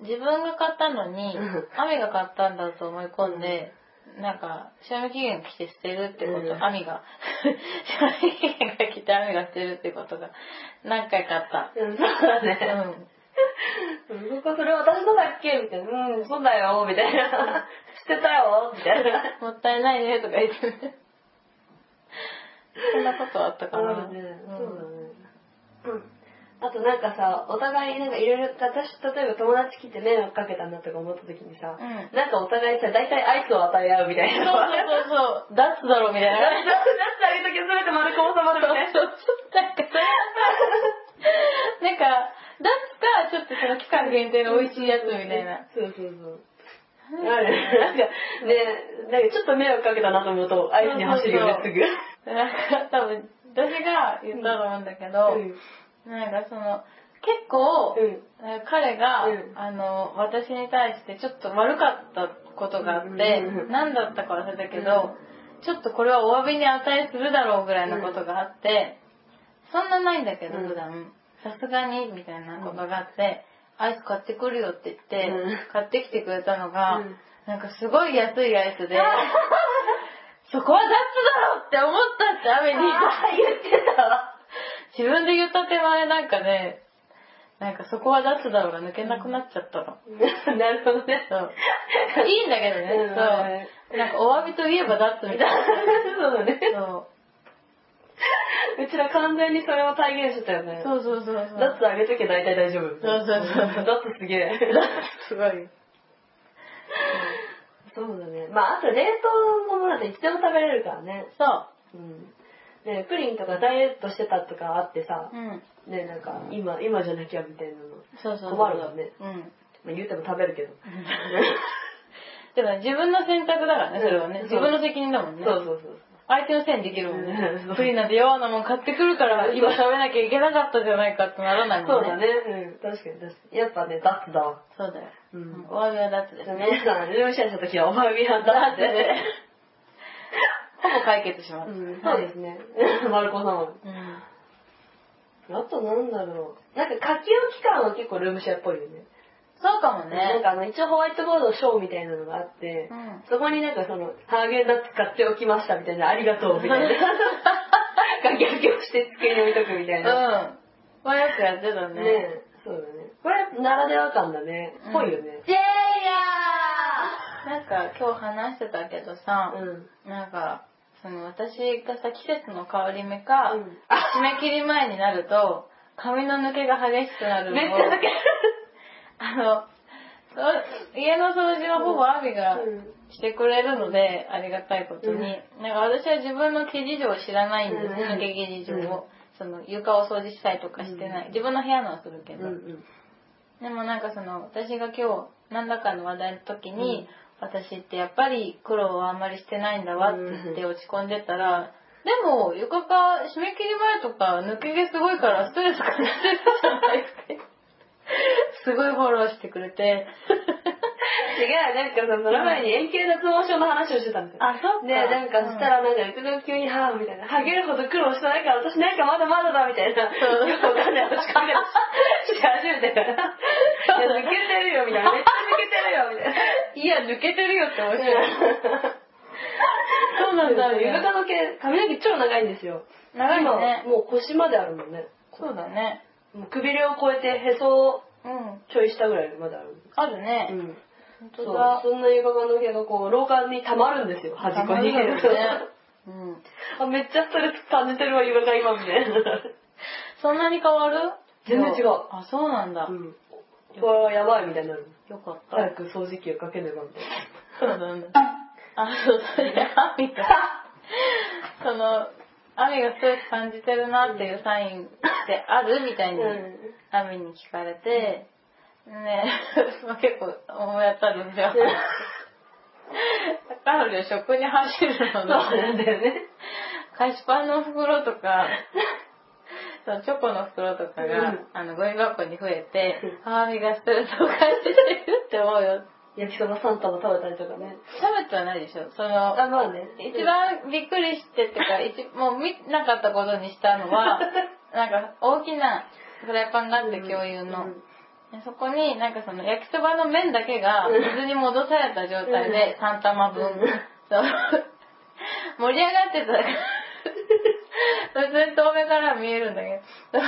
Speaker 2: 自分が買ったのに
Speaker 1: うん、
Speaker 2: アミが買ったんだと思い込んで、なんか、賞味期限が来て捨てるってこ
Speaker 1: う
Speaker 2: と、
Speaker 1: ん
Speaker 2: アミが。賞味期限が来てアミが捨てるってことが何回かあった。
Speaker 1: うん、そうだ
Speaker 2: う
Speaker 1: ね。
Speaker 2: ん。
Speaker 1: 僕はそれ私のだっけみたいな。うん、そうだよ、みた いな。捨てたよ、みたい な。
Speaker 2: もったいないねとか言って。そんなことあったかな。
Speaker 1: るね。
Speaker 2: うん
Speaker 1: そうだね。うん。あとなんかさ、お互いなんかいろいろ、私、例えば友達来て迷惑かけたなとか思った時にさ、
Speaker 2: うん
Speaker 1: なんかお互いさ、大体アイスを与え合うみたい
Speaker 2: そう
Speaker 1: な。
Speaker 2: そうそうそう。ダッツだろみたい
Speaker 1: 出
Speaker 2: な。
Speaker 1: してあげときゃ全て丸く収まるみたいな。
Speaker 2: そうそうなんか、なんか、ダッツか、ちょっとその期間限定の美味しいやつみたいな。。
Speaker 1: そうそうそう。ある。なんか、ね、なんかちょっと迷惑かけたなと思うと、アイスに走るよね、すぐ。
Speaker 2: なんか、多分、私が言ったと思うんだけど、
Speaker 1: うん
Speaker 2: なんかその、結構、
Speaker 1: うん
Speaker 2: 彼が、
Speaker 1: うん
Speaker 2: あの、私に対してちょっと悪かったことがあって、
Speaker 1: うんうんうん
Speaker 2: 何だったか忘れたけど、ちょっとこれはお詫びに値するだろうぐらいのことがあって、そんなないんだけど、
Speaker 1: うん
Speaker 2: 普段、さすがに、みたいなことがあって、アイス買ってくるよって言って、
Speaker 1: うん
Speaker 2: 買ってきてくれたのが、
Speaker 1: うん
Speaker 2: なんかすごい安いアイスで、そこはダッツだろって思ったって雨に。
Speaker 1: 言ってたわ。
Speaker 2: 自分で言った手前なんかね、なんかそこは出すだろうが抜けなくなっちゃったの。
Speaker 1: なるほどね。
Speaker 2: そう。いいんだけどね、
Speaker 1: う
Speaker 2: そ
Speaker 1: ん
Speaker 2: う。なんかお詫びといえば出すみたいな。
Speaker 1: そうだね。
Speaker 2: そう
Speaker 1: ちら完全にそれを体現してたよね。
Speaker 2: う。そうそうそうそう。
Speaker 1: ダッツあげときゃ大体大丈夫。
Speaker 2: そうそうそう
Speaker 1: ダッツすげえ。
Speaker 2: すごい。
Speaker 1: そうだね。まあ、あと冷凍のものっていつでも食べれるからね。
Speaker 2: そう。
Speaker 1: うん。ねプリンとかダイエットしてたとかあってさ、
Speaker 2: うん。
Speaker 1: ねなんか今、今じゃなきゃみたいなの。
Speaker 2: そうそうそう。
Speaker 1: 困るわね
Speaker 2: うん。
Speaker 1: まあ、言うても食べるけど。
Speaker 2: でもね、自分の選択だからね、それはね。
Speaker 1: うん
Speaker 2: 自分の責任だもんね。
Speaker 1: そうそうそう。
Speaker 2: 相手のせいにできるもんね
Speaker 1: うんそう。
Speaker 2: プリンなんて弱なもん買ってくるから、今食べなきゃいけなかったじゃないかってならないもんね。
Speaker 1: そうだね。うん。確かに確かに。やっぱね、ダッツだわ。
Speaker 2: そうだよ。
Speaker 1: う
Speaker 2: うんん。お詫びはダッツですね。
Speaker 1: 皆さん、ルーシャした時はお詫びは
Speaker 2: だ
Speaker 1: ダ
Speaker 2: って
Speaker 1: ッツ
Speaker 2: ね
Speaker 1: で。
Speaker 2: ほぼ解決します。
Speaker 1: うん、そうです ね。丸子さんは。
Speaker 2: うん。
Speaker 1: あとなんだろう。なんか書き置き感は結構ルームシェアっぽいよね。
Speaker 2: そうかも
Speaker 1: なん
Speaker 2: ね。
Speaker 1: かあの、一応ホワイトボードショーみたいなのがあって、
Speaker 2: うん
Speaker 1: そこになんかその、ハーゲンダッツ買っておきましたみたいな、あり がとうみたいな。書き置きをして机に置いとくみた
Speaker 2: う
Speaker 1: い
Speaker 2: ん。
Speaker 1: な。
Speaker 2: まあよくやってた
Speaker 1: ね
Speaker 2: ね。
Speaker 1: えそうだね。これ、ならでは感だね。
Speaker 2: うん
Speaker 1: っぽいよね。
Speaker 2: ジェイヤーなんか今日話してたけどさ
Speaker 1: う、ん。
Speaker 2: なんか、その私がさ、季節の変わり目か、
Speaker 1: うん
Speaker 2: 締め切り前になると、髪の抜けが激しくなるのを
Speaker 1: めっちゃだけ。
Speaker 2: あの、そう家の掃除はほぼアビが
Speaker 1: うん
Speaker 2: してくれるので、ありがたいことに。
Speaker 1: うん
Speaker 2: なんか私は自分の毛事情を知らないんです、
Speaker 1: うん
Speaker 2: 抜け毛事情
Speaker 1: うん
Speaker 2: を。その床を掃除したりとかしてない。
Speaker 1: うん
Speaker 2: 自分の部屋のはするけ
Speaker 1: う
Speaker 2: ど。
Speaker 1: んうん。
Speaker 2: でもなんかその、私が今日、何らかの話題の時に、私ってやっぱり苦労はあんまりしてないんだわって言って落ち込んでたら、でも、床が締め切り前とか抜け毛すごいからストレス感じてるじゃないって。すごいフォローしてくれ て。
Speaker 1: 違う、なんかさ、その前に円形脱毛症の話をしてたんですよ。
Speaker 2: あ、そっか。
Speaker 1: ねえ、なんかそしたらなんか、うつが急に、はぁ、みたいな、はげるほど苦労してないから、私なんかまだまだだ、みたいな、
Speaker 2: そう
Speaker 1: よくわかんない話しかけし始めてから、いや、抜けてるよ、み たいな、めっちゃ抜けてるよ、みたいな。
Speaker 2: いや、抜けてるよって面白い。そうなんだ、
Speaker 1: ゆぶかの毛、髪の毛超長いんですよ。
Speaker 2: 長いね
Speaker 1: 今もう腰まであるもんね。
Speaker 2: そうだね。
Speaker 1: もうくびれを超えて、へそを
Speaker 2: うん。
Speaker 1: ちょい下ぐらいまである。
Speaker 2: あるね。
Speaker 1: うん。
Speaker 2: 本
Speaker 1: そ
Speaker 2: 当
Speaker 1: う
Speaker 2: だ。、
Speaker 1: そんなゆぶかの毛がこう、廊下に溜まるんですよ、端っこ に。
Speaker 2: たまらないね。うん。
Speaker 1: あ、めっちゃストレス感じてるわ、ゆぶか今、みたいな。
Speaker 2: そんなに変わる
Speaker 1: 全然違う
Speaker 2: あ、そうなんだ。
Speaker 1: うん。これはやばいみたいになる。
Speaker 2: よかった。
Speaker 1: 早く掃除機をかけねばみたい
Speaker 2: そうなんだ。あ、そう、それで、アミが、その、アミがストレス感じてるなっていうサインってあるみたいに、
Speaker 1: な。
Speaker 2: アミに聞かれて、ね結構思い当たるんだよ。彼女食に走る
Speaker 1: そ
Speaker 2: のの
Speaker 1: うなんだよね。
Speaker 2: 菓子パンの袋とか、そのチョコの袋とかが、
Speaker 1: うん
Speaker 2: あの、ゴミ箱に増えて、アミがストレスを感じてるって思うよ。
Speaker 1: 焼きそば3玉食べたりとかね。
Speaker 2: 食べてはないでしょその、
Speaker 1: あ、まあね。
Speaker 2: 一番びっくりしてって か、一もう見なかったことにしたのは、なんか大きなフライパンがあって共有の。
Speaker 1: うん
Speaker 2: でそこになんかその焼きそばの麺だけが水に戻された状態で3玉分。
Speaker 1: うん
Speaker 2: そう盛り上がってたから別に遠目からは見えるんだけど、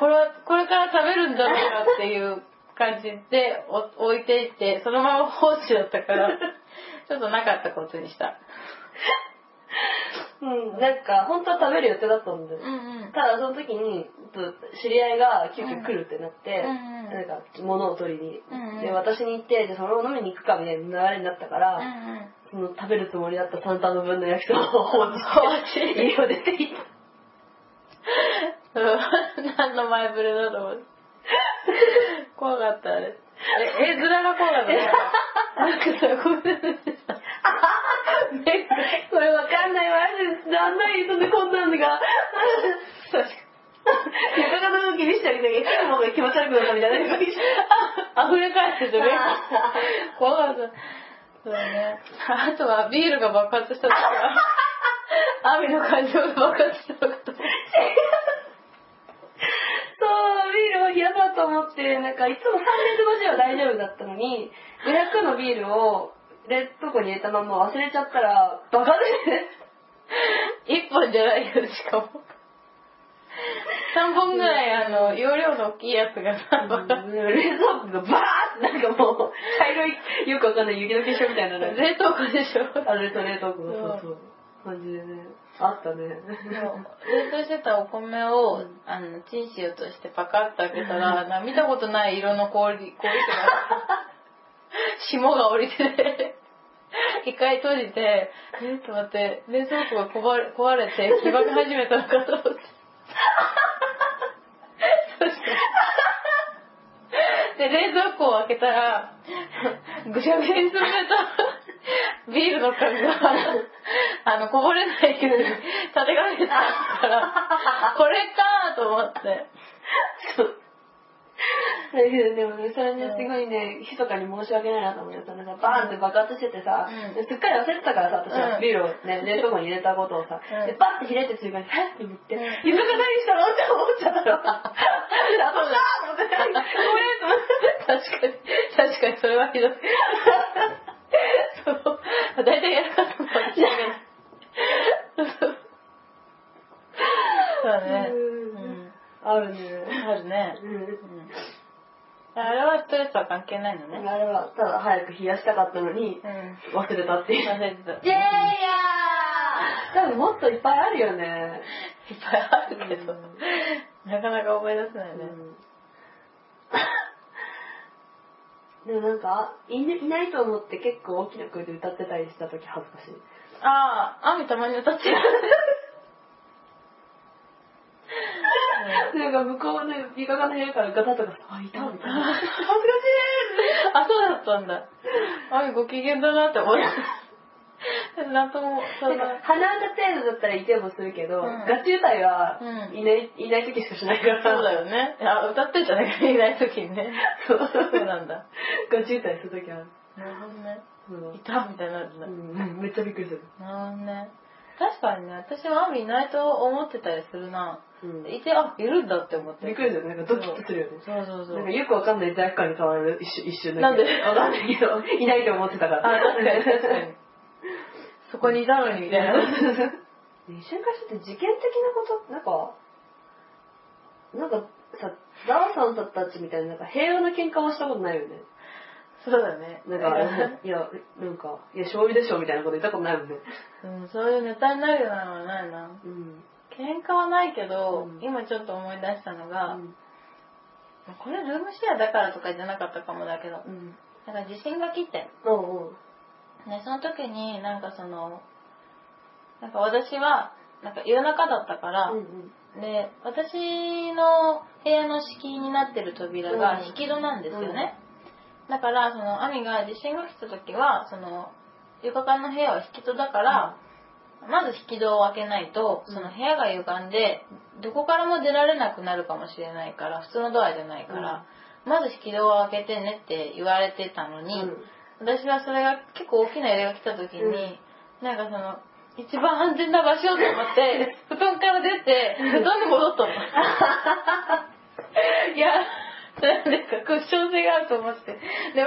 Speaker 2: これは、これから食べるんだろうかっていう感じでお置いていって、そのまま放置だったから、ちょっとなかったことにした。
Speaker 1: うん、なんか、本当は食べる予定だったんだよ
Speaker 2: うん。うん。
Speaker 1: ただその時に、ちょっと知り合いが急遽来るってなって、
Speaker 2: うんうんうん
Speaker 1: なんか物を取りに、
Speaker 2: うんうん
Speaker 1: で私に行って、じゃあそれを飲みに行くかみたいな流れになったから、
Speaker 2: うんうん。
Speaker 1: その食べるつもりだった三ンの分の焼きそばを放置して、家を出て行った。
Speaker 2: うん何の前触れだと思って。怖かった、あれ。え、絵面が怖かったね。なんかさ、ごめんなさい。
Speaker 1: これわかんないわ。あんなにそんでこんな のが。 なかなか気にしてあげたけど、もう気持ち悪くなったみたいな。
Speaker 2: 溢れ返っててね。
Speaker 1: あ
Speaker 2: 怖かった。そうね。あとはビールが爆発したとか、雨の感情が爆発したとか。
Speaker 1: そう、ビールを冷やそうと思って、なんかいつも350は大丈夫だったのに、500のビールを冷凍庫に入れたまま忘れちゃったら、バカで。
Speaker 2: 一本じゃないよ、しかも。三本ぐらい、あの、容量の大きいやつがさ、爆発
Speaker 1: 冷蔵庫がバーってなんかもう、茶色い、よくわかんない雪の結晶みたいなのが。
Speaker 2: 冷凍庫でしょ。
Speaker 1: あ、冷凍冷凍庫そうそう。感じでね。あったね。
Speaker 2: 冷凍してたお米を、あのチンしようとしてパカッと開けたら、な見たことない色の氷氷とか 霜が降りてて一回閉じてえっと待って冷蔵庫が壊れ壊れて黄ばみ始めたのかと思ってそしてで冷蔵庫を開けたらぐしゃぐしゃに詰めたビールの缶があのこぼれないように立てかけてあったからこれかと思って
Speaker 1: そう。だけどでもね、それね、すごいね、密かに申し訳ないなと思って、なんかバーンって爆発しててさ、
Speaker 2: うん
Speaker 1: ですっかり忘れてたからさ、私
Speaker 2: う
Speaker 1: は
Speaker 2: ん
Speaker 1: ビールをね、冷凍庫に入れたことを
Speaker 2: う
Speaker 1: さ、
Speaker 2: ん
Speaker 1: で、バッてひねってする間に、はっって言って、
Speaker 2: うん
Speaker 1: 床が何したのって思っちゃったの。あ、そうだと思って、ごめんと思って。
Speaker 2: 確かに確かにそれはひどいそう大体やらかったもんねそうだね
Speaker 1: うんあるね。
Speaker 2: うんあるね、
Speaker 1: うん
Speaker 2: うんあれはストレスは関係ないのね
Speaker 1: あれはただ早く冷やしたかったの
Speaker 2: うん
Speaker 1: に忘れたっていう
Speaker 2: 忘れてたいっ
Speaker 1: イエーイやー多分もっといっぱいあるよね、
Speaker 2: ぱいあるけど、なかなか思い出せないね、
Speaker 1: でもなん かいないないと思って結構大きな声で歌ってたりした時恥ずかしい
Speaker 2: ああ雨たまに歌ってる
Speaker 1: なんか向こうね美化がの部屋からガタとかあいたみたいな恥ずかし
Speaker 2: あそうだったんだ雨ご機嫌だなって思ったなんともそ
Speaker 1: い
Speaker 2: ん
Speaker 1: なん
Speaker 2: な
Speaker 1: か鼻歌程度だったらいてもするけど、
Speaker 2: うん
Speaker 1: ガチ歌いは
Speaker 2: うん
Speaker 1: いない,、いない時しかしないから
Speaker 2: そうだよね。 あ、歌ってんじゃないか、いない時にね。
Speaker 1: そう
Speaker 2: そうなんだ。
Speaker 1: ガチ歌いする時ある
Speaker 2: なるほどね。
Speaker 1: うん
Speaker 2: いたみたいになるんだ。
Speaker 1: うんめっちゃびっくりする、
Speaker 2: なるほどね。確かにね、私はアミいないと思ってたりするな。
Speaker 1: うん
Speaker 2: いて、あ、いるんだって思って。
Speaker 1: びっくりするなんかドキッとするよね
Speaker 2: そうそうそう
Speaker 1: なんか。よくわかんない罪悪感に変わる一瞬一瞬だけ
Speaker 2: なんで
Speaker 1: わかんないけどいないと思ってたから
Speaker 2: あ、確かに確かに。そこにいたのにみたいな。
Speaker 1: 一瞬化して事件的なことなんかなんかさダオさんたちみたいななんか平和な喧嘩はしたことないよね
Speaker 2: そうだね。
Speaker 1: なんかいやなんかいや勝利でしょみたいなこと言ったことないもんね
Speaker 2: うん、そういうネタになるようなのはないな。
Speaker 1: うん
Speaker 2: 喧嘩はないけど、
Speaker 1: うん
Speaker 2: 今ちょっと思い出したのが、
Speaker 1: うん
Speaker 2: これルームシェアだからとかじゃなかったかもだけど、
Speaker 1: うん
Speaker 2: なんか地震が来て、
Speaker 1: おうおう
Speaker 2: ね、その時になんかそのなんか私はなんか夜中だったから、
Speaker 1: うんうん
Speaker 2: で私の部屋の敷居になってる扉が
Speaker 1: うん
Speaker 2: 引き戸なんですよね、だからその亜美が地震が来た時はその床間の部屋は引き戸だから、まず引き戸を開けないとその部屋が歪んでどこからも出られなくなるかもしれないから普通のドアじゃないから、まず引き戸を開けてねって言われてたのに、
Speaker 1: うん
Speaker 2: 私はそれが結構大きな揺れが来た時に、
Speaker 1: うん
Speaker 2: なんかその一番安全な場所と思 って布団から出て布団に戻ったのいやなんかクッション性があると思って。で、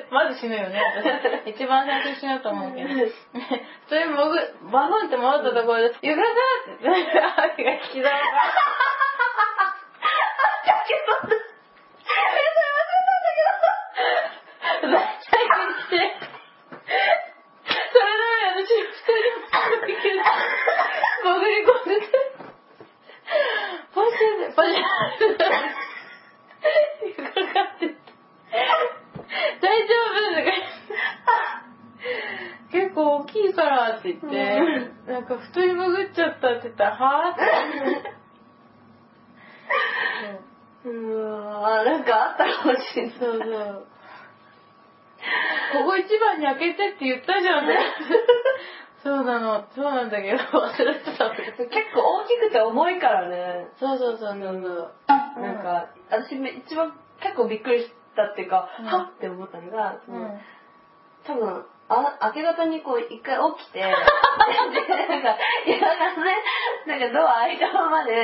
Speaker 2: 僕、まず死ぬよね、私。一番最初死ぬと思うけど。それ僕、バフンって戻ったところで、床がって、雨が引き出された。絶対にして。それなのに私、普通に潜り込んでて。パシャパシャってかかって大丈夫とか言って結構大きいからって言って、なんか布団に潜っちゃったって言ったら、はぁって。
Speaker 1: うわーなんかあったかもしれない。
Speaker 2: そうそう。ここ一番に開けてって言ったじゃんね。そうなの、そうなんだけど、忘れてた。
Speaker 1: 結構大きくて重いからね。
Speaker 2: そうそうそう、そうそう。
Speaker 1: なんか、私め一番結構びっくりしたっていうか、
Speaker 2: うん
Speaker 1: はっって思ったのが、その
Speaker 2: うん
Speaker 1: 多分あ明け方にこう一回起 きてでなんか夜中ねなんかドア開いたままでな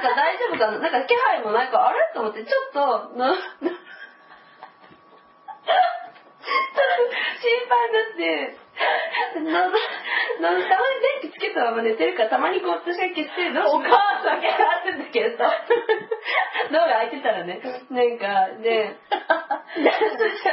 Speaker 1: んか大丈夫かななんか気配もなんかあれと思ってちょっとななちょっと心配になって。のののたまに電気つけたまま寝てるからたまにこう私が消してどうお母さんがあるんだけど さドアが開いてたらねなんかで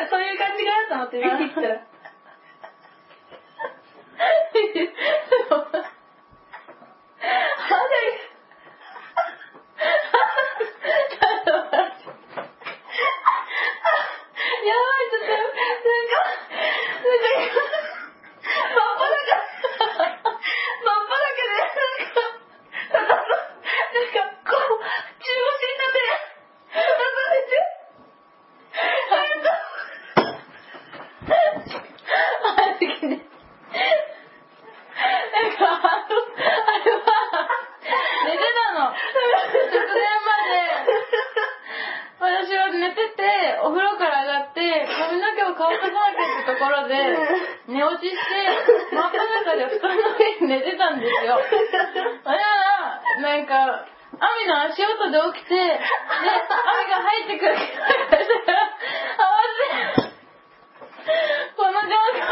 Speaker 1: そういう感じがあると思って見てきたらやばい、ちょっと、なんか、なんか今、真っ裸、真っ裸になって、なんか、なんか、こう、中腰になって、
Speaker 2: ある時ね。なんか、あの、あれは、寝てたの。直前まで、私は寝てて、お風呂から上がって、髪の毛を乾かさなきゃってところで、寝落ちして、真っ裸で布団の上に寝てたんですよ。あれはな、なんか、雨の足音で起きて、で、雨が入ってくるから、慌てて、この状況は私、隠さな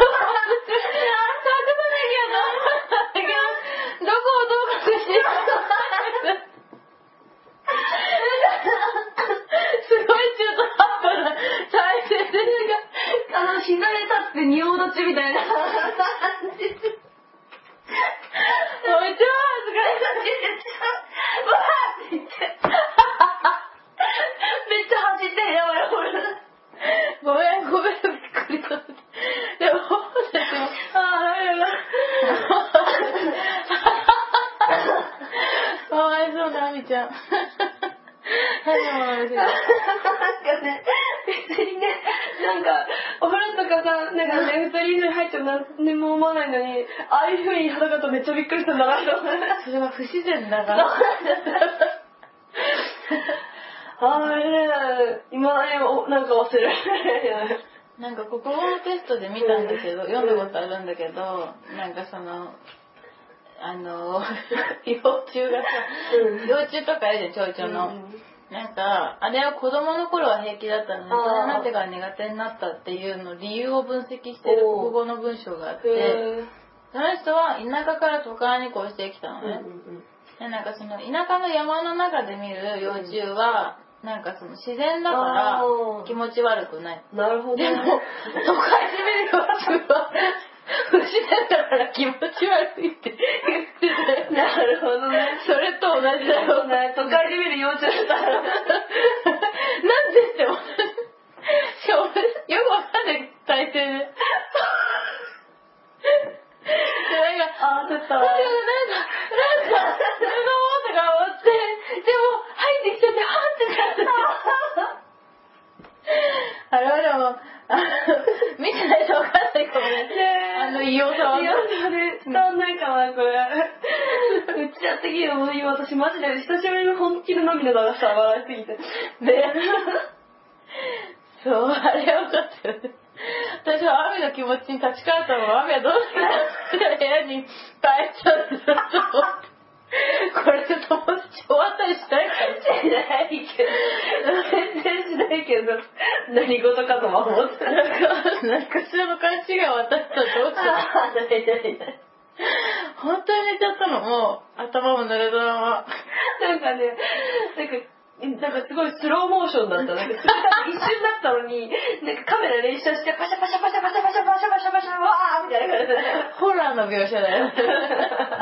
Speaker 2: きゃと思ったんだけど、どこをどう隠していいか分からなくて すごい中途半端な再生ですが、あの、膝で立って仁王立ちみたいな。めっちゃ恥ずかしい。わーって言って、めっちゃ走ってる、やばい、ほら。ごめん、ごめん、びっくりした。でも、ああ、ダメだ。かわいそうな、あみちゃん。はい、でも、
Speaker 1: なんかね、別にね、なんか、お風呂とかさ、なんかね、二人以上入っても何も思わないのに、ああいう風に裸だとめっちゃびっくりするんだなと思っ
Speaker 2: そ
Speaker 1: て。
Speaker 2: れは不自然だから。
Speaker 1: あれね、今ね、おなんか忘れられない。
Speaker 2: なんか国語のテストで見たんだけど、
Speaker 1: うん
Speaker 2: 読んだことあるんだけど、なんかその、あの、 幼虫がさ、
Speaker 1: うん
Speaker 2: 幼虫とかあるじゃん、蝶々の。なんか、あれは子供の頃は平気だったのに、
Speaker 1: あ
Speaker 2: 大人にな
Speaker 1: ー
Speaker 2: ってから苦手になったっていうの理由を分析してる国
Speaker 1: おー
Speaker 2: 語の文章があっ
Speaker 1: う
Speaker 2: て、
Speaker 1: んうん
Speaker 2: その人は田舎から都会に越してきたのね。でなんかその田舎の山の中で見る幼虫は、なんかその自然だから
Speaker 1: あー
Speaker 2: 気持ち悪くない。
Speaker 1: なるほど。
Speaker 2: でも、都会で見る幼虫は、不自然だから気持ち悪いって言ってて、
Speaker 1: なるほどね。
Speaker 2: それと同じだよね。
Speaker 1: 都会で見る幼稚園だったら。
Speaker 2: なんでって思って。しかも、よくわかんない、大抵で。なんか、なんか、なんか、なんか、なんか、とか思
Speaker 1: あー、ちょっと
Speaker 2: って、でも、入ってきちゃって、はってなって。あれはでも、あの見てないとわかんないかもね。あの、異様さは。
Speaker 1: いや、それ、伝わんないかな、これ。うちやってきよ、もう今私マジで久しぶりに本気の涙流した、笑いすぎて。
Speaker 2: で、 そう、あれよかったよね。私は雨の気持ちに立ち返ったのも雨はどうしようって部屋に耐えちゃってずっと思って。これで友達終わったりしないかもしれないけど。
Speaker 1: 全然しないれぞ何事かとは思ってた。
Speaker 2: 何かしらの勘違いを私とどうし
Speaker 1: あ
Speaker 2: た
Speaker 1: あ、ないないない。
Speaker 2: 本当に寝ちゃったのもう頭も濡れたまま
Speaker 1: なんかね、なんか、なんかすごいスローモーションだった。なんかすごい一瞬だったのに、なんかカメラ連射してパシャパシャパシャパシャパシャパシャパシャパシャわーみたいな感じで。
Speaker 2: ホラーの描写だよ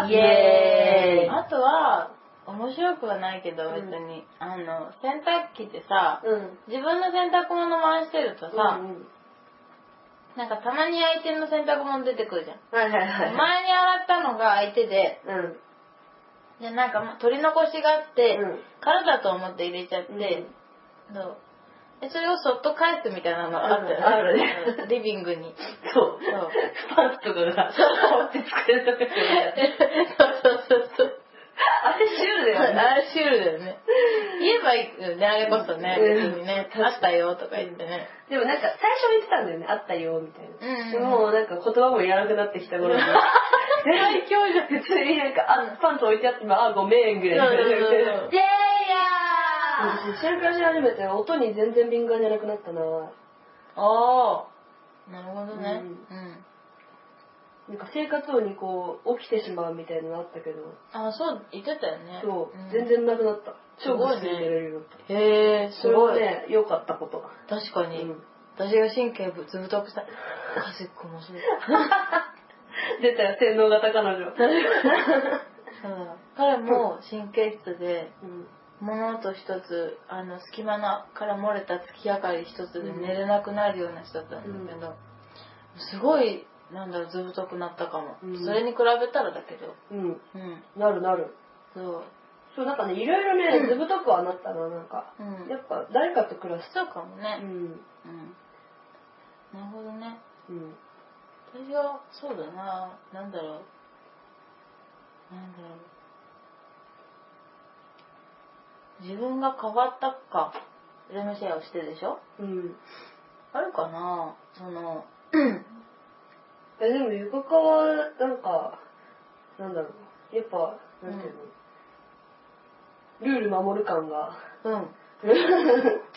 Speaker 1: イエーイ
Speaker 2: あとは面白くはないけど別に、あの洗濯機ってさ
Speaker 1: うん。
Speaker 2: 自分の洗濯物回してるとさ、
Speaker 1: うんうん
Speaker 2: なんかたまに相手の洗濯物出てくるじゃん
Speaker 1: はいはい
Speaker 2: 前に
Speaker 1: は
Speaker 2: 洗ったのが相手で
Speaker 1: い。うん。
Speaker 2: でなんかま取り残しがあって、
Speaker 1: うん
Speaker 2: 空だと思って入れちゃって、そうでそれをそっと返すみたいなのあったよね、
Speaker 1: うんあるね
Speaker 2: うん リビングに
Speaker 1: そう。
Speaker 2: そう
Speaker 1: パンツとかが、持って作れた時みたいな。
Speaker 2: そうそうそうそう
Speaker 1: あれシュールだよね。
Speaker 2: あれシュールだよね。言えばいいよね、あれこそね、
Speaker 1: うん
Speaker 2: 別にね、
Speaker 1: うん
Speaker 2: あったよとか言ってね。
Speaker 1: でもなんか最初は言ってたんだよね、あったよ、みたいな。
Speaker 2: うん
Speaker 1: でももうなんか言葉もやらなくなってきた頃に。
Speaker 2: 最強じゃん。
Speaker 1: 普通になんか、あ、パンツ置いてあっても、あ、ごめんぐらいの。
Speaker 2: うん
Speaker 3: イェーイやー
Speaker 1: 私、知ら暮らし始めて、音に全然敏感じゃなくなったな
Speaker 2: ああ、なるほどね。
Speaker 1: う
Speaker 2: うん。
Speaker 1: なんか生活音にこう、起きてしまうみたいなのあったけど、
Speaker 2: あ、そう、言ってたよね。
Speaker 1: そう、
Speaker 2: ん
Speaker 1: 全。然なくなった。
Speaker 2: す
Speaker 1: 超
Speaker 2: ごいね
Speaker 1: ぐっすり寝れるようになった。
Speaker 2: へえ、す
Speaker 1: それは
Speaker 2: ごい。
Speaker 1: ね、良かったこと。
Speaker 2: 確か
Speaker 1: う
Speaker 2: に、
Speaker 1: ん。
Speaker 2: 私が神経ぶつぶとくした。かずっこ面白い。
Speaker 1: 出たよ、洗脳型彼 女。
Speaker 2: そうだ。彼も神経質で、
Speaker 1: うん。
Speaker 2: 物音一つ、あの、隙間のから漏れた月明かり一つで寝れなくなるような人だったんだけど、すごい、なんだろう、ずぶとくなったかも、
Speaker 1: うん
Speaker 2: それに比べたらだけど。
Speaker 1: うん。
Speaker 2: うん。
Speaker 1: なるなる。
Speaker 2: そう。
Speaker 1: そう、なんかね、いろいろね、ずぶとくはなったな、なんか。
Speaker 2: うん。
Speaker 1: やっぱ、誰かと暮らす。
Speaker 2: そうかも
Speaker 1: う
Speaker 2: ね。
Speaker 1: ん。
Speaker 2: うん。なるほどね。
Speaker 1: うん。
Speaker 2: 私は、そうだな。なんだろう。なんだろう。自分が変わったか、ルームシェアをしてでしょ
Speaker 1: うん。
Speaker 2: あるかなその、
Speaker 1: えでも床かはなんかなんだろうやっぱなんていうの、ルール守る 感が
Speaker 2: うん。
Speaker 1: う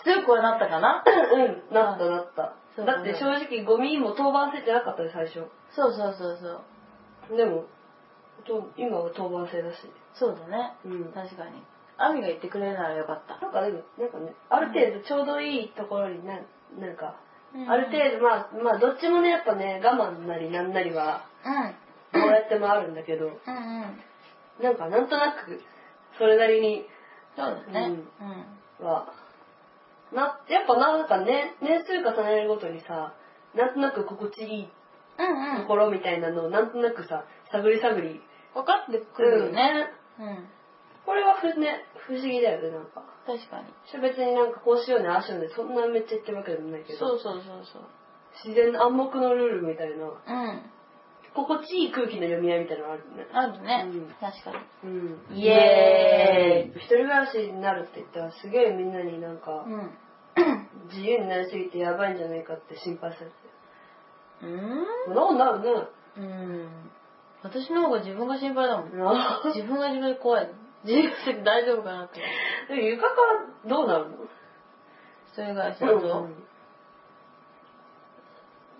Speaker 2: 強くはなったかなん
Speaker 1: なったなった
Speaker 2: そう
Speaker 1: だって正直ゴミも当番制じゃなかったで最初
Speaker 2: そうそうそうそう。
Speaker 1: でもと今は当番制だし
Speaker 2: そうだね。
Speaker 1: うん
Speaker 2: 確かに。アミが言ってくれるならよかった。
Speaker 1: なんかでもなんかねある程度ちょうどいいところにななんか、ある
Speaker 2: 度。
Speaker 1: 程度まあまあどっちもねやっぱね我慢なりなんなりはどうやってもあるんだけど
Speaker 2: うん。うんうん。
Speaker 1: なんかなんとなくそれなりに
Speaker 2: そうだね。うん。
Speaker 1: は、な、やっぱなんかね、年数重ねるごとにさ、なんとなく心地いい
Speaker 2: うん
Speaker 1: と
Speaker 2: うん。
Speaker 1: ころみたいなのをなんとなくさ、探り探り。
Speaker 2: 分かってくるよね。うん。
Speaker 1: これはふね、不思議だよね、なんか。
Speaker 2: 確かに。
Speaker 1: 私別になんかこうしようね、ああしようね、そんなめっちゃ言ってるわけでもないけど。
Speaker 2: そうそうそうそう。
Speaker 1: 自然の暗黙のルールみたいな、
Speaker 2: うん。
Speaker 1: 心地いい空気の読み合いみたいなのあるよね。
Speaker 2: あるね
Speaker 1: うん。
Speaker 2: 確かに。
Speaker 1: うん。
Speaker 3: イエ
Speaker 1: 一人暮らしになるって言ったらすげえみんなになんか
Speaker 2: うん。
Speaker 1: 自由になりすぎてやばいんじゃないかって心配されて
Speaker 2: うん
Speaker 1: る。なんだろうね。
Speaker 2: うん。私の方が自分が心配だもん。
Speaker 1: な
Speaker 2: 自分が自分で怖い。自分で大丈夫かなって。
Speaker 1: でも床からどうなるの
Speaker 2: それが一
Speaker 1: う
Speaker 2: 緒
Speaker 1: ん
Speaker 2: と。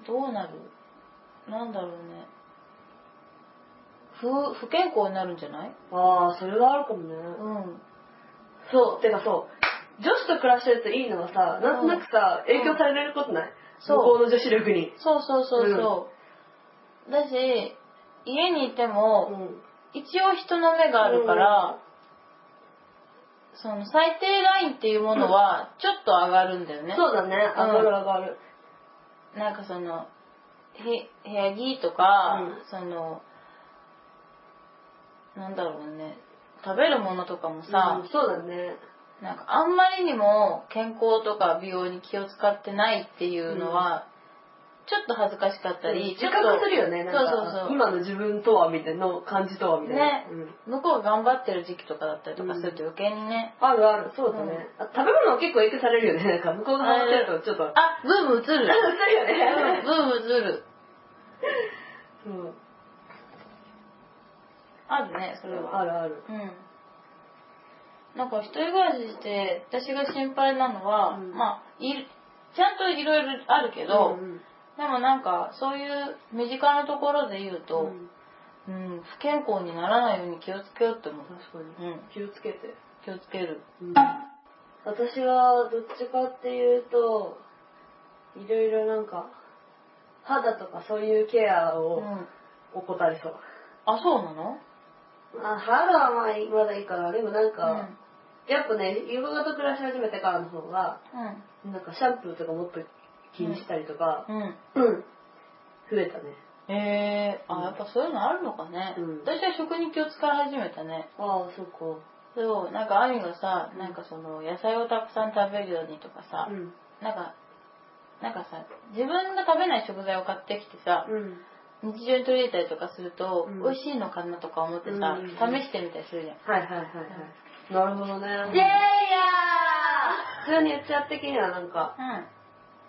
Speaker 2: どうなるなんだろうね。不、不健康になるんじゃない
Speaker 1: ああそれはあるかもね
Speaker 2: うん。
Speaker 1: そうてかそう女子と暮らしてるといいのはさなんとなくさ、
Speaker 2: うん
Speaker 1: 影響されることない
Speaker 2: そう
Speaker 1: 向こうの女子力に
Speaker 2: そうそうそうそう。だし、家にいて
Speaker 1: う
Speaker 2: も、
Speaker 1: ん
Speaker 2: 一応人の目があるから、その最低ラインっていうものは、ちょっと上がるんだよね。
Speaker 1: そうだね上がる上がる
Speaker 2: なんかその、へ部屋着とか、
Speaker 1: うん
Speaker 2: その、なんだろうね、食べるものとかもさ、
Speaker 1: うんそうだね
Speaker 2: なんかあんまりにも健康とか美容に気を使ってないっていうのは、ちょっと恥ずかしかったり、ちょ
Speaker 1: 自
Speaker 2: っと
Speaker 1: 覚するよねなんか
Speaker 2: そうそうそう
Speaker 1: 今の自分とはみたいなの感じとはみたいな
Speaker 2: ね
Speaker 1: うん
Speaker 2: 向こうが頑張ってる時期とかだったりとかすると余計にね、
Speaker 1: あるあるそうだね、あ食べ物は結構影響されるよねなんか向こうが話してるとちょっと
Speaker 2: あ、ブーム映る。
Speaker 1: う
Speaker 2: ブー
Speaker 1: んそうよね
Speaker 2: ム映る。
Speaker 1: うん
Speaker 2: あるね、それは。
Speaker 1: あるある
Speaker 2: うん。なんか一人暮らしして私が心配なのは、
Speaker 1: うん
Speaker 2: まあいるちゃんといろいろあるけど、でもなんかそういう身近なところで言う
Speaker 1: う
Speaker 2: と、
Speaker 1: ん
Speaker 2: うん不健康にならないように気をつけようって思う、
Speaker 1: 確か
Speaker 2: う
Speaker 1: に
Speaker 2: ん、
Speaker 1: 気をつけて、
Speaker 2: 気をつける
Speaker 1: 私はどっちかっていうといろいろなんか肌とかそういうケア
Speaker 2: う
Speaker 1: を
Speaker 2: ん
Speaker 1: 怠りそう、
Speaker 2: あそうなの
Speaker 1: まあ、肌はまあまだいいかなでもなんか、
Speaker 2: うん
Speaker 1: やっぱね夕方と暮らし始めてからの方がなんかシャンプーとかもっと気にしたりとか、
Speaker 2: うんうん
Speaker 1: うん、増えたね
Speaker 2: えー、
Speaker 1: う
Speaker 2: あ
Speaker 1: ん
Speaker 2: やっぱそういうのあるのかね、
Speaker 1: うん
Speaker 2: 私は食に気を使い始めたね
Speaker 1: ああそっか
Speaker 2: そうなんかあみがさなんかその野菜をたくさん食べるようにとかさ、
Speaker 1: うん
Speaker 2: なんかなんかさ自分が食べない食材を買ってきてさ、
Speaker 1: うん
Speaker 2: 日常に取り入れたりとかすると、
Speaker 1: うん
Speaker 2: 美味しいのかなとか思ってさ、
Speaker 1: うん
Speaker 2: 試してみたりするじゃん
Speaker 1: はいはいはいはいなるほ
Speaker 2: イエ
Speaker 1: ど
Speaker 2: ーイや
Speaker 1: ね普通に言っちゃう的にはなんか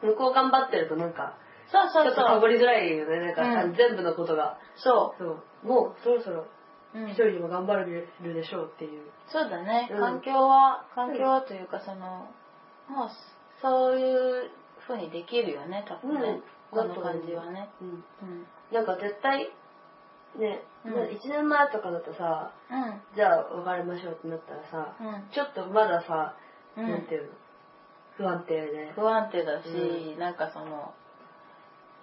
Speaker 2: ーうん
Speaker 1: 向こう頑張ってるとなんか
Speaker 2: そうそ
Speaker 1: ちょっ
Speaker 2: う
Speaker 1: とサボ
Speaker 2: そう
Speaker 1: りづらいよねなんか、
Speaker 2: うん
Speaker 1: あ全部のことが
Speaker 2: そ
Speaker 1: そうもうそろそろ
Speaker 2: う、うん
Speaker 1: 一人でも頑張れるでしょうっていう
Speaker 2: そうだね、
Speaker 1: うん
Speaker 2: 環境は環境はというかそのもうそういう風にできるよね多分ね、
Speaker 1: うん
Speaker 2: この感じはね
Speaker 1: うん
Speaker 2: うん
Speaker 1: なんか絶対ね、
Speaker 2: う
Speaker 1: 一
Speaker 2: ん
Speaker 1: 1年前とかだとさ
Speaker 2: うん
Speaker 1: じゃあ別れましょうってなったらさ
Speaker 2: うん
Speaker 1: ちょっとまださ、
Speaker 2: うん
Speaker 1: なんていうの不安定で、
Speaker 2: 不安定だし、
Speaker 1: う
Speaker 2: なんかその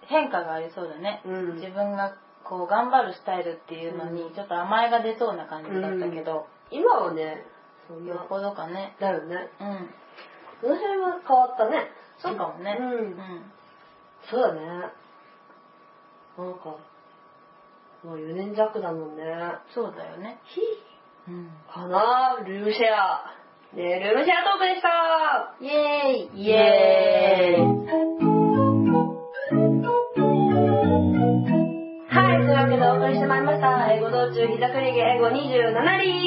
Speaker 2: 変化がありそうだね、
Speaker 1: うん
Speaker 2: 自分がこう頑張るスタイルっていうのにちょっと甘えが出そうな感じだったけど、
Speaker 1: 今はねそん
Speaker 2: よっ
Speaker 1: な
Speaker 2: ぽどかね
Speaker 1: だよね
Speaker 2: うん
Speaker 1: その辺は変わったね
Speaker 2: そうかもね
Speaker 1: うん、
Speaker 2: うん
Speaker 1: そうだねなんかもう4年弱だもんね
Speaker 2: そうだよね
Speaker 1: ひ
Speaker 2: うん
Speaker 1: かなルームシェアねルームシェアトークで
Speaker 2: イエー
Speaker 1: した
Speaker 2: イ
Speaker 1: イエーイはい、というわけでお送りしてまいりました。英語道中膝くりげ英語27輪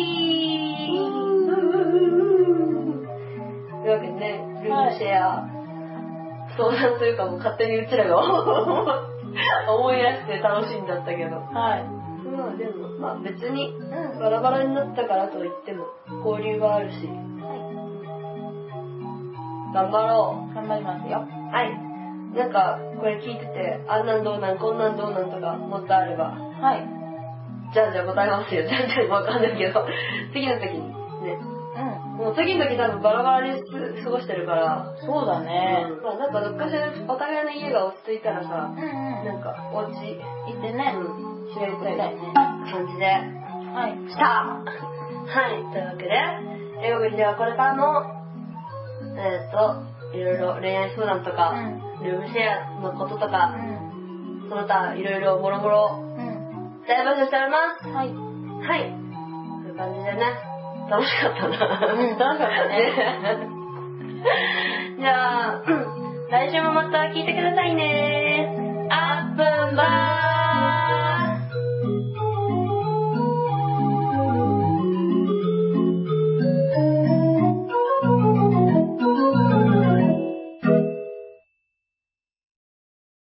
Speaker 1: というわけでね、ルームシェア、相談というかもう勝手にうちらが 思い出して楽しんじゃったけど。
Speaker 2: はい
Speaker 1: まあでも、まあ別に
Speaker 2: うん
Speaker 1: バラバラになったからといっても交流はあるし、
Speaker 2: は
Speaker 1: 頑張ろう。
Speaker 2: い頑張りますよ
Speaker 1: はい。なんか、これ聞いてて、あんなんどうなん、こんなんどうなんとか、もっとあれば、
Speaker 2: はい
Speaker 1: じゃんじゃん答えますよ。じゃんじゃんわかんないけど、 次の時に。ね。
Speaker 2: う
Speaker 1: もう次の時多分バラバラにす過ごしてるから、
Speaker 2: んそうだね
Speaker 1: まあなんかどっかしらお互いの家が落ち着いたらさ
Speaker 2: う、んう
Speaker 1: なんか、お家、
Speaker 2: ん行ってね
Speaker 1: うん、
Speaker 2: 知りたいね
Speaker 1: 感じで、
Speaker 2: はい
Speaker 1: したはい、というわけで、英語劇ではこれからも、えっ、と、いろいろ恋愛相談とか、ルームシェアのこととか、
Speaker 2: う
Speaker 1: その他いろいろもろもろ
Speaker 2: んうん
Speaker 1: 大募集しております
Speaker 2: うんはい
Speaker 1: はいそういう感じでね楽しかったな
Speaker 2: うん楽しかったね
Speaker 1: じゃあ、うん来週もまた聞いてくださいね